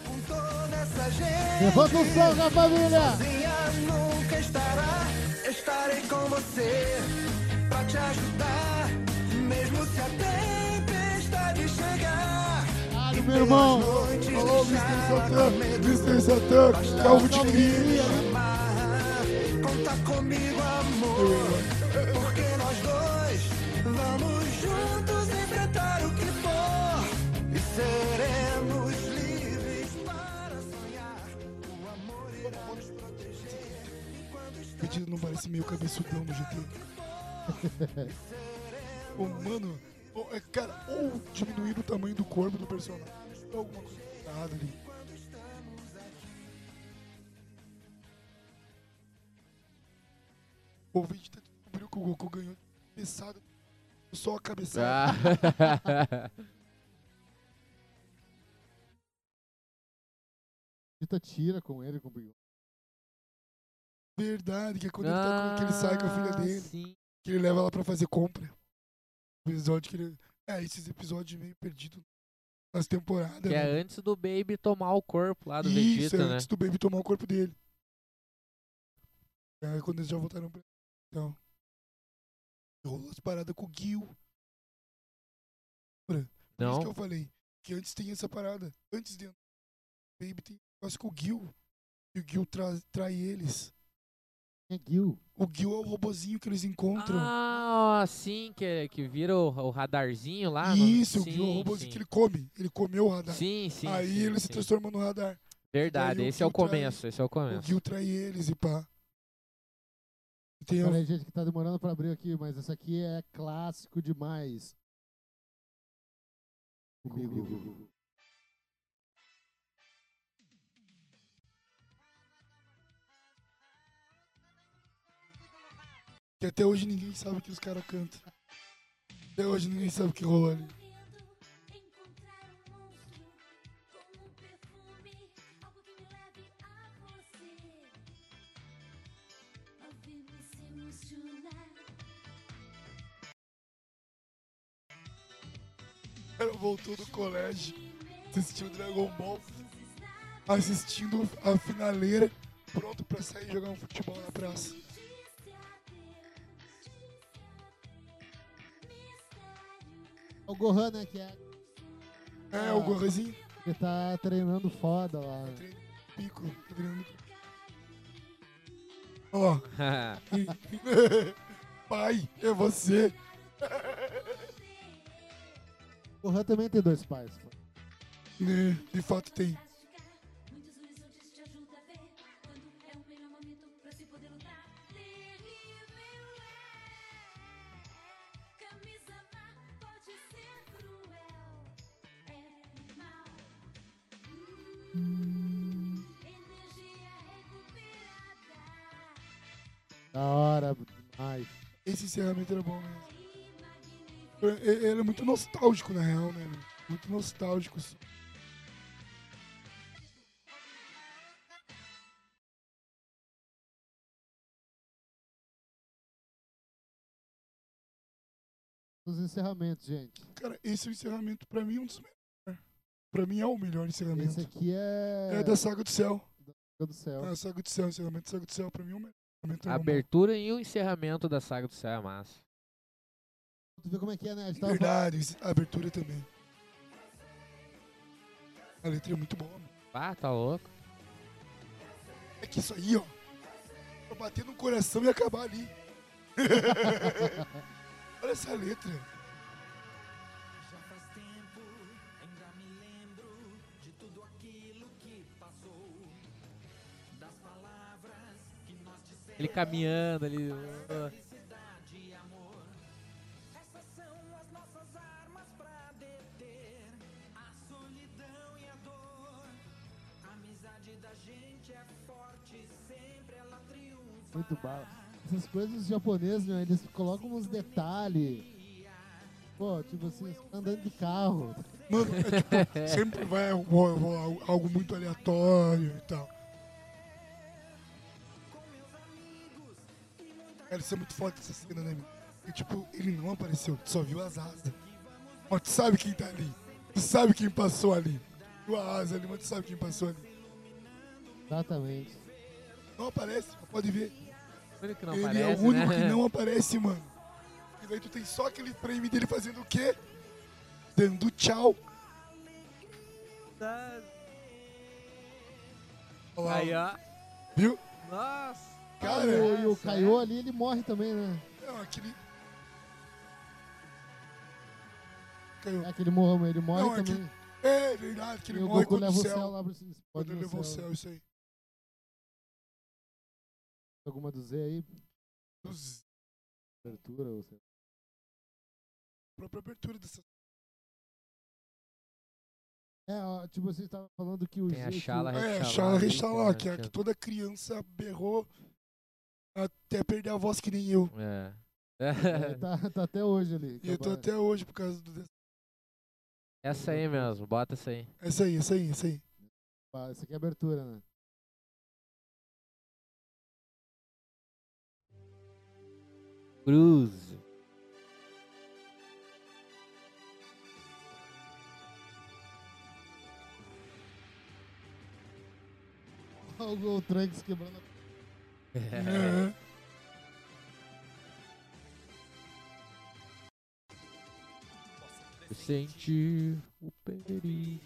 Com toda essa gente. Levanta o som da família! Sozinha nunca estará, estarei com você pra te ajudar, mesmo se a tempestade chegar. Caralho, meu irmão! Noites Alô, Mr. Satan, deixá-la Mr. Satan, calvo de cria. amarra. Conta comigo, amor, porque nós dois vamos juntos enfrentar o que for e seremos livres. que ele não parece meio cabeçudão no GT. Ô, mano, ô, é, cara, ou diminuir o tamanho do corpo do personagem, ou alguma coisa errada ali. O ouvinte tá descobriu que o Goku ganhou de cabeçada, só a cabeçada. Ah. Vegeta tira com ele, com o Big Verdade, que é quando ele tá com que ele sai com a filha Ah, dele, Sim. que ele leva ela pra fazer compra. O episódio que ele. É, esses episódios meio perdidos nas temporadas. Que é né? antes do Baby tomar o corpo lá do Isso, Vegeta, é né? antes do Baby tomar o corpo dele. É quando eles já voltaram pra. Então. Rolou as paradas com o Gil. Por isso que eu Não. falei. Que antes tem essa parada. Antes de. Baby tem negócio com o Gil. E o Gil tra- trai eles. É Gil. O Gil é o robozinho que eles encontram. Ah, sim, que, que vira o, o radarzinho lá. no- Isso, Ah, sim, o Gil é o robôzinho sim. que ele come. Ele comeu o radar. Sim, sim. Aí sim, ele se sim. transforma no radar. Verdade, Aí o esse é o Gil traz- começo, esse é o O começo. (laughs) Gil trai eles e pá. E Tem a Peraí, gente, que tá demorando pra abrir aqui, mas essa aqui é clássico demais. Comigo. Que até hoje ninguém sabe o que os caras cantam. Até hoje ninguém sabe o que rolou ali. um O cara voltou do colégio, assistiu Dragon Ball, assistindo a finaleira, pronto pra sair jogar um futebol na praça. É o Gohan, né? Que, é, É, o Gorrezinho que tá treinando foda lá. tá treinando no pico, tá treinando no pico. Ó, (laughs) pai, é você. O Gohan também tem dois pais. pô. Né, De fato tem. Muitos horizontes te ajuda a ver quando é o melhor momento pra se poder lutar. Terrível é. Camisa má pode ser cruel. É mal. Hum, Energia recuperada. Da hora demais. Esse encerramento era bom mesmo. E- e- Ele é muito nostálgico, na real, né? meu? Muito nostálgico. assim. Os encerramentos, gente. Cara, esse é o encerramento, pra mim, é um dos melhores. Pra mim, é o melhor Esse encerramento. aqui é. É da Saga do Céu. do céu. É a Saga do Céu, encerramento da Saga do Céu. Pra mim, é o melhor encerramento. A do mundo. abertura e o encerramento da saga do Céu é massa. Tu viu como é que é, né? A gente tava falando- Verdade, a abertura também. A letra é muito boa. mano. Ah, tá louco. É que isso aí, ó. Pra bater no coração e acabar ali. (laughs) Olha essa letra. Já faz tempo, ainda me lembro de tudo aquilo que passou. Das palavras que nós dissemos. Ele caminhando ali. uh, Felicidade e amor. Essas são as nossas armas pra deter a solidão e a dor. A amizade da gente é forte, sempre ela triunfa. Muito bala. Essas coisas japonesas, né, eles colocam uns detalhes. Pô, tipo assim, você tá andando de carro. Mano, é tipo, sempre vai ro- ro- algo muito aleatório e tal. Cara, isso é muito forte essa cena, né, meu? E, tipo, ele não apareceu, tu só viu as asas. Mas tu sabe quem tá ali. Tu sabe quem passou ali. Tu a asa ali, mas tu sabe quem passou ali. Exatamente. Não aparece, mas pode ver. O único que não ele é aparece, o único né? (laughs) que não aparece, mano. E daí tu tem só aquele frame dele fazendo o quê? Dando tchau. Olha lá, Aí, ó. Viu? Nossa. Ah, Cara, e o, e o Nossa, Kaiô é. ali, ele morre também, né? Não, aquele. Caiu. É que ele morre, ele morre Não, é que também. É verdade, que ele e o morre Goku quando leva o o céu. lá pro Quando ele levou o céu. céu, isso aí. Alguma do Z aí? Do Z- Abertura ou sei lá. a própria abertura dessa. É, ó, tipo, você tava falando que o Tem a Z que Shala o- Rechalá, É, Xala né, Rechalá, cara, que, é a que tipo. toda criança berrou até perder a voz que nem eu. (laughs) É. é, tá, tá até hoje ali. E eu tô Acaba- até hoje por causa do. (laughs) Essa aí mesmo, bota essa aí. Essa É aí, essa aí, essa aí. Ah, Essa aqui é abertura, né? Cruz. Ó, o Gol Trunks quebrando a É. Eu senti o perigo.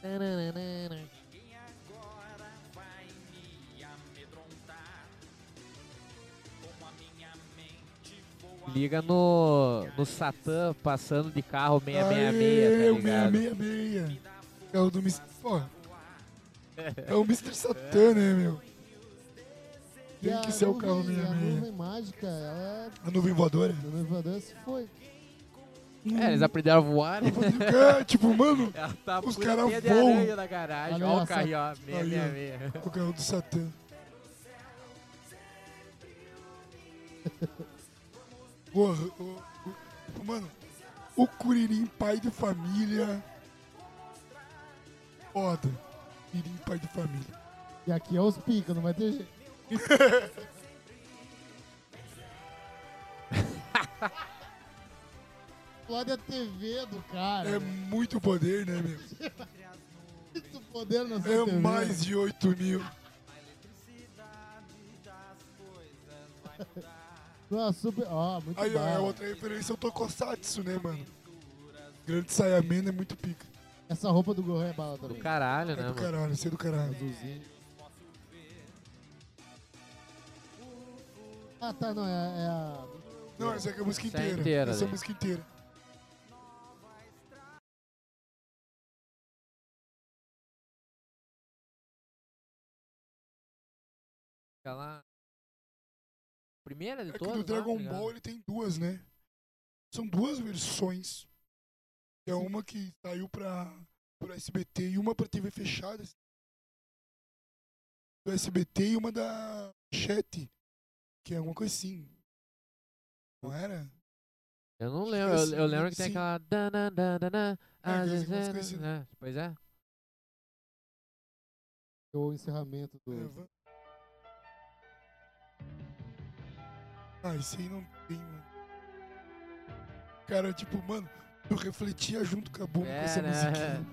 Tananana. Ninguém agora vai me amedrontar. Como a minha mente voa. Liga no, no Satã passando de carro Aê, é 666, tá o ligado? 666. É o do Mr. Pô. É o Mr. Satan, né, meu? E Tem a que ser o né, nuvem- carro A 66. nuvem mágica, ela é A nuvem voadora? a nuvem voadora se foi. É, eles aprenderam a (laughs) voar, né? É, tipo, mano, Ela tá Os por cara teia de voam. aranha na garagem. Olha Olha lá, o carrinho, ó, ali, ó. 666. o carro do Satã. Porra, o- o- tipo, mano, o Curirim pai de família. Foda. Curirim pai de família. E aqui é os picos, não vai ter jeito. (laughs) Explode a TV do cara. É muito poder, né, meu? muito né? poder na sua É TV. mais de 8 mil. Não, é super... Ó, muito Aí, ó, é bala. outra referência, eu tô Tokusatsu, né, mano? Grande Saiyaman é muito pica. Essa roupa do Gohan é bala Do também. caralho, É né, do mano? caralho, isso é do caralho. Azulzinho. Ah, tá, não, é, é a... Não, essa aqui é a música Essa é inteira. inteira, Essa é a né? música inteira. Fica lá. Primeira de É que todas, do né, Dragon tá ligado? Ball ele tem duas, né? São duas versões. É uma que saiu pra, pro SBT e uma pra TV fechada. assim. Do SBT e uma da Chat, que é alguma coisa assim. Não era? Eu não lembro, eu, eu lembro que tem Tipo assim, Sim. aquela. Dana, dana, dana, É, às que vezes eu é- esqueci. né? Pois é. é O encerramento do... É, va- Ah, isso aí não tem, mano. Cara, tipo, mano, eu refletia junto com a bomba com essa É, (laughs) musiquinha. né?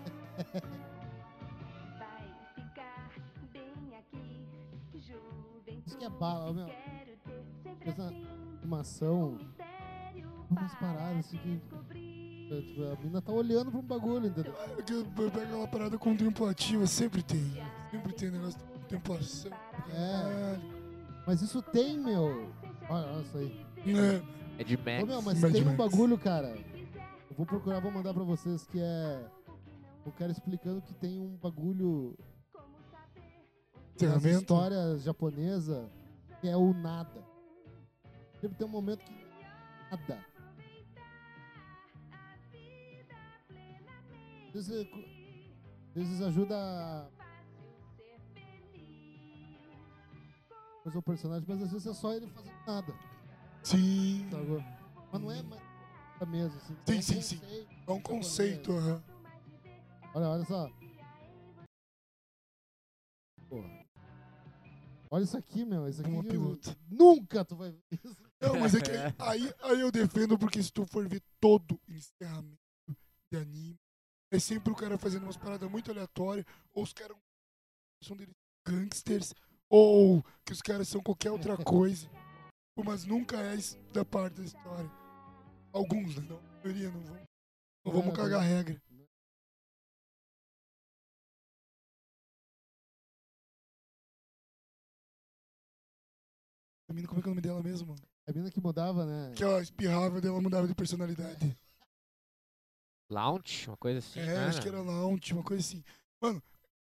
Vai ficar bem aqui, Isso juventude. que é bala, meu. Quero ter sempre Coisa- assim, Uma ação... mistério umas paradas assim que. é, tipo, a mina tá olhando pra um bagulho, entendeu? Ah, que eu pego aquela parada contemplativa, sempre tem. Sempre tem negócio de contemplação. É. Ah, Mas isso tem, meu. Olha, olha isso aí. né? É de Ô, meu, mas Max. Mad tem um Max. bagulho, cara. Eu vou procurar, vou mandar pra vocês que é. O cara explicando que tem um bagulho nas Encerramento. histórias japonesa que é o nada. Sempre tem um momento que. Nada. Às vezes, é co- às vezes ajuda a. Fazer o personagem, mas às vezes é só ele fazendo nada. Sim. Tá Sacou? Mas não é mais nada mesmo. Assim, Hum. Sim, é um sim, sim. conceito. É um conceito, aham. Olha, olha só. Porra. Olha isso aqui, meu. Isso aqui Uma Tá que- piloto. Nunca tu vai ver isso. Não, mas é que aí, aí eu defendo porque se tu for ver todo encerramento de anime, é sempre o cara fazendo umas paradas muito aleatórias, ou os caras são deles gangsters, ou que os caras são qualquer outra coisa. Pô, Mas nunca é isso da parte da história. Alguns, né? Não, a maioria não vão. Não É, vamos cagar mas- regra. A mina, como é que é o nome dela mesmo? mano? A mina que mudava, né? Que ela espirrava e ela mudava de personalidade. Launch, uma coisa assim. É, né, acho que né? assim. era Launch, uma coisa assim. Mano,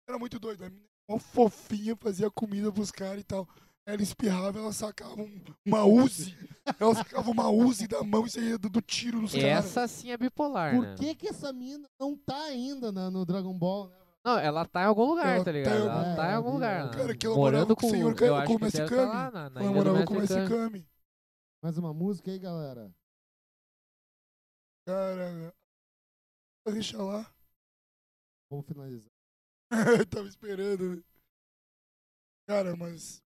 era muito doido. A mina mó fofinha, fazia comida pros caras e tal. Ela espirrava, ela sacava um- uma Uzi. Ela sacava uma Uzi da mão e saía do, do tiro nos caras. Essa sim é bipolar, né? Por que que essa mina não tá ainda na- no Dragon Ball, né? Não, ela tá em algum lugar, Ela tá tá em ligado? algum ela tá em lugar, algum lugar. né? né? Cara, que ela Morando morava com com o senhor Ca- eu acho com o que deve mexicano. tá lá na, na Ela ilha do morava com o mexicano. Messicami. Mais uma música aí, galera. Cara, deixa lá. Vamos finalizar. (laughs) Eu tava esperando. né? Cara, mas.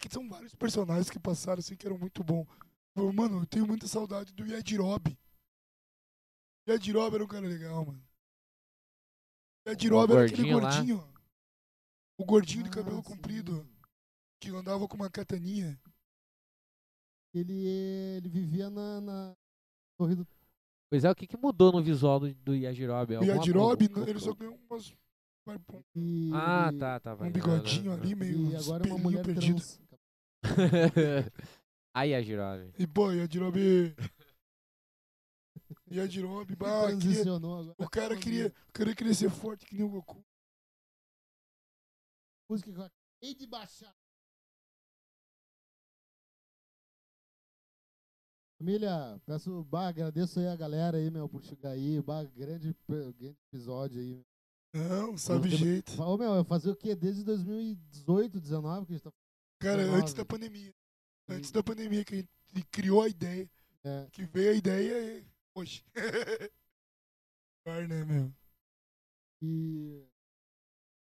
que São vários personagens que passaram assim que eram muito bons. Pô, Mano, eu tenho muita saudade do Yadirob. Yadirob era um cara legal, mano. Yadirob O era aquele gordinho lá. gordinho. O gordinho de Ah, cabelo sim. comprido que andava com uma cataninha. Ele, ele vivia na, na Torre do Pois é, o que, que mudou no visual do, do Yajirobe? O Yadirob, ele só ganhou umas. Tá e- Ah, tá, tá. vai, Um vai, bigodinho vai. (laughs) ali, meio. E uns agora é pelinho uma mulher perdido. trans. A Yajirobe. E pô, Yadirob. Yadirob, bah, Ah, queria- Transicionou agora. o cara queria, o cara queria ser forte que nem o Goku. Música que eu acabei de baixar. Família, peço, bah, agradeço aí a galera aí, meu, por chegar aí. Bah, grande, pe- grande episódio aí. Não, sabe jeito. Fa- Ô, meu, fazer o quê? Desde 2018, 19 que a gente tá Cara, Foi antes nove. da pandemia. Antes da pandemia que a gente criou a ideia. É. Que veio a ideia e. Poxa. (laughs) Vai, né, meu? E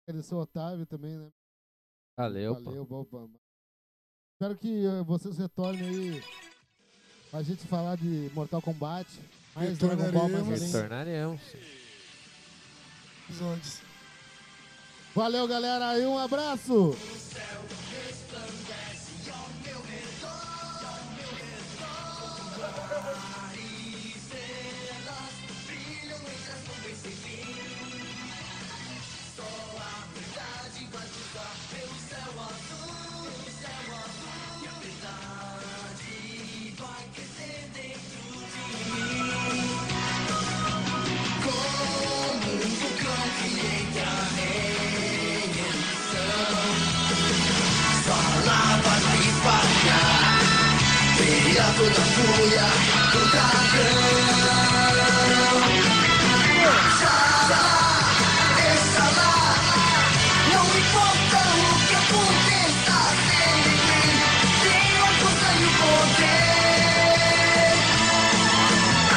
agradecer o Otávio também, né? Valeu, pô. Valeu, bom, bom. Espero que eh, vocês retornem aí pra gente falar de Mortal Kombat. Mais Dragon Ball, mais assim. Retornaremos. além. Retornaremos. Episódios. Valeu, galera, e um abraço! Não importa o que aconteça, sempre tenho a força e o poder.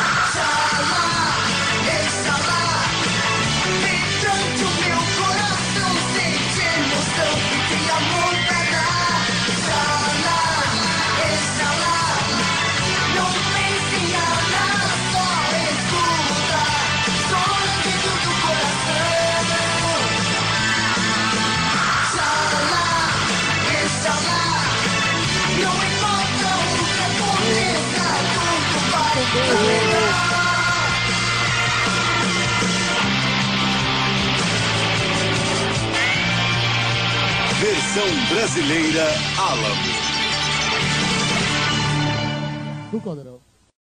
Exala, exala, penetrante o meu coração, sente emoção e tem amor pra dar. Exala, exala, não pense em nada, só escuta, só dentro do coração. Exala, exala. Não importa o que aconteça, tudo vai melhorar. Versão brasileira Alamo. Do Caldeirão.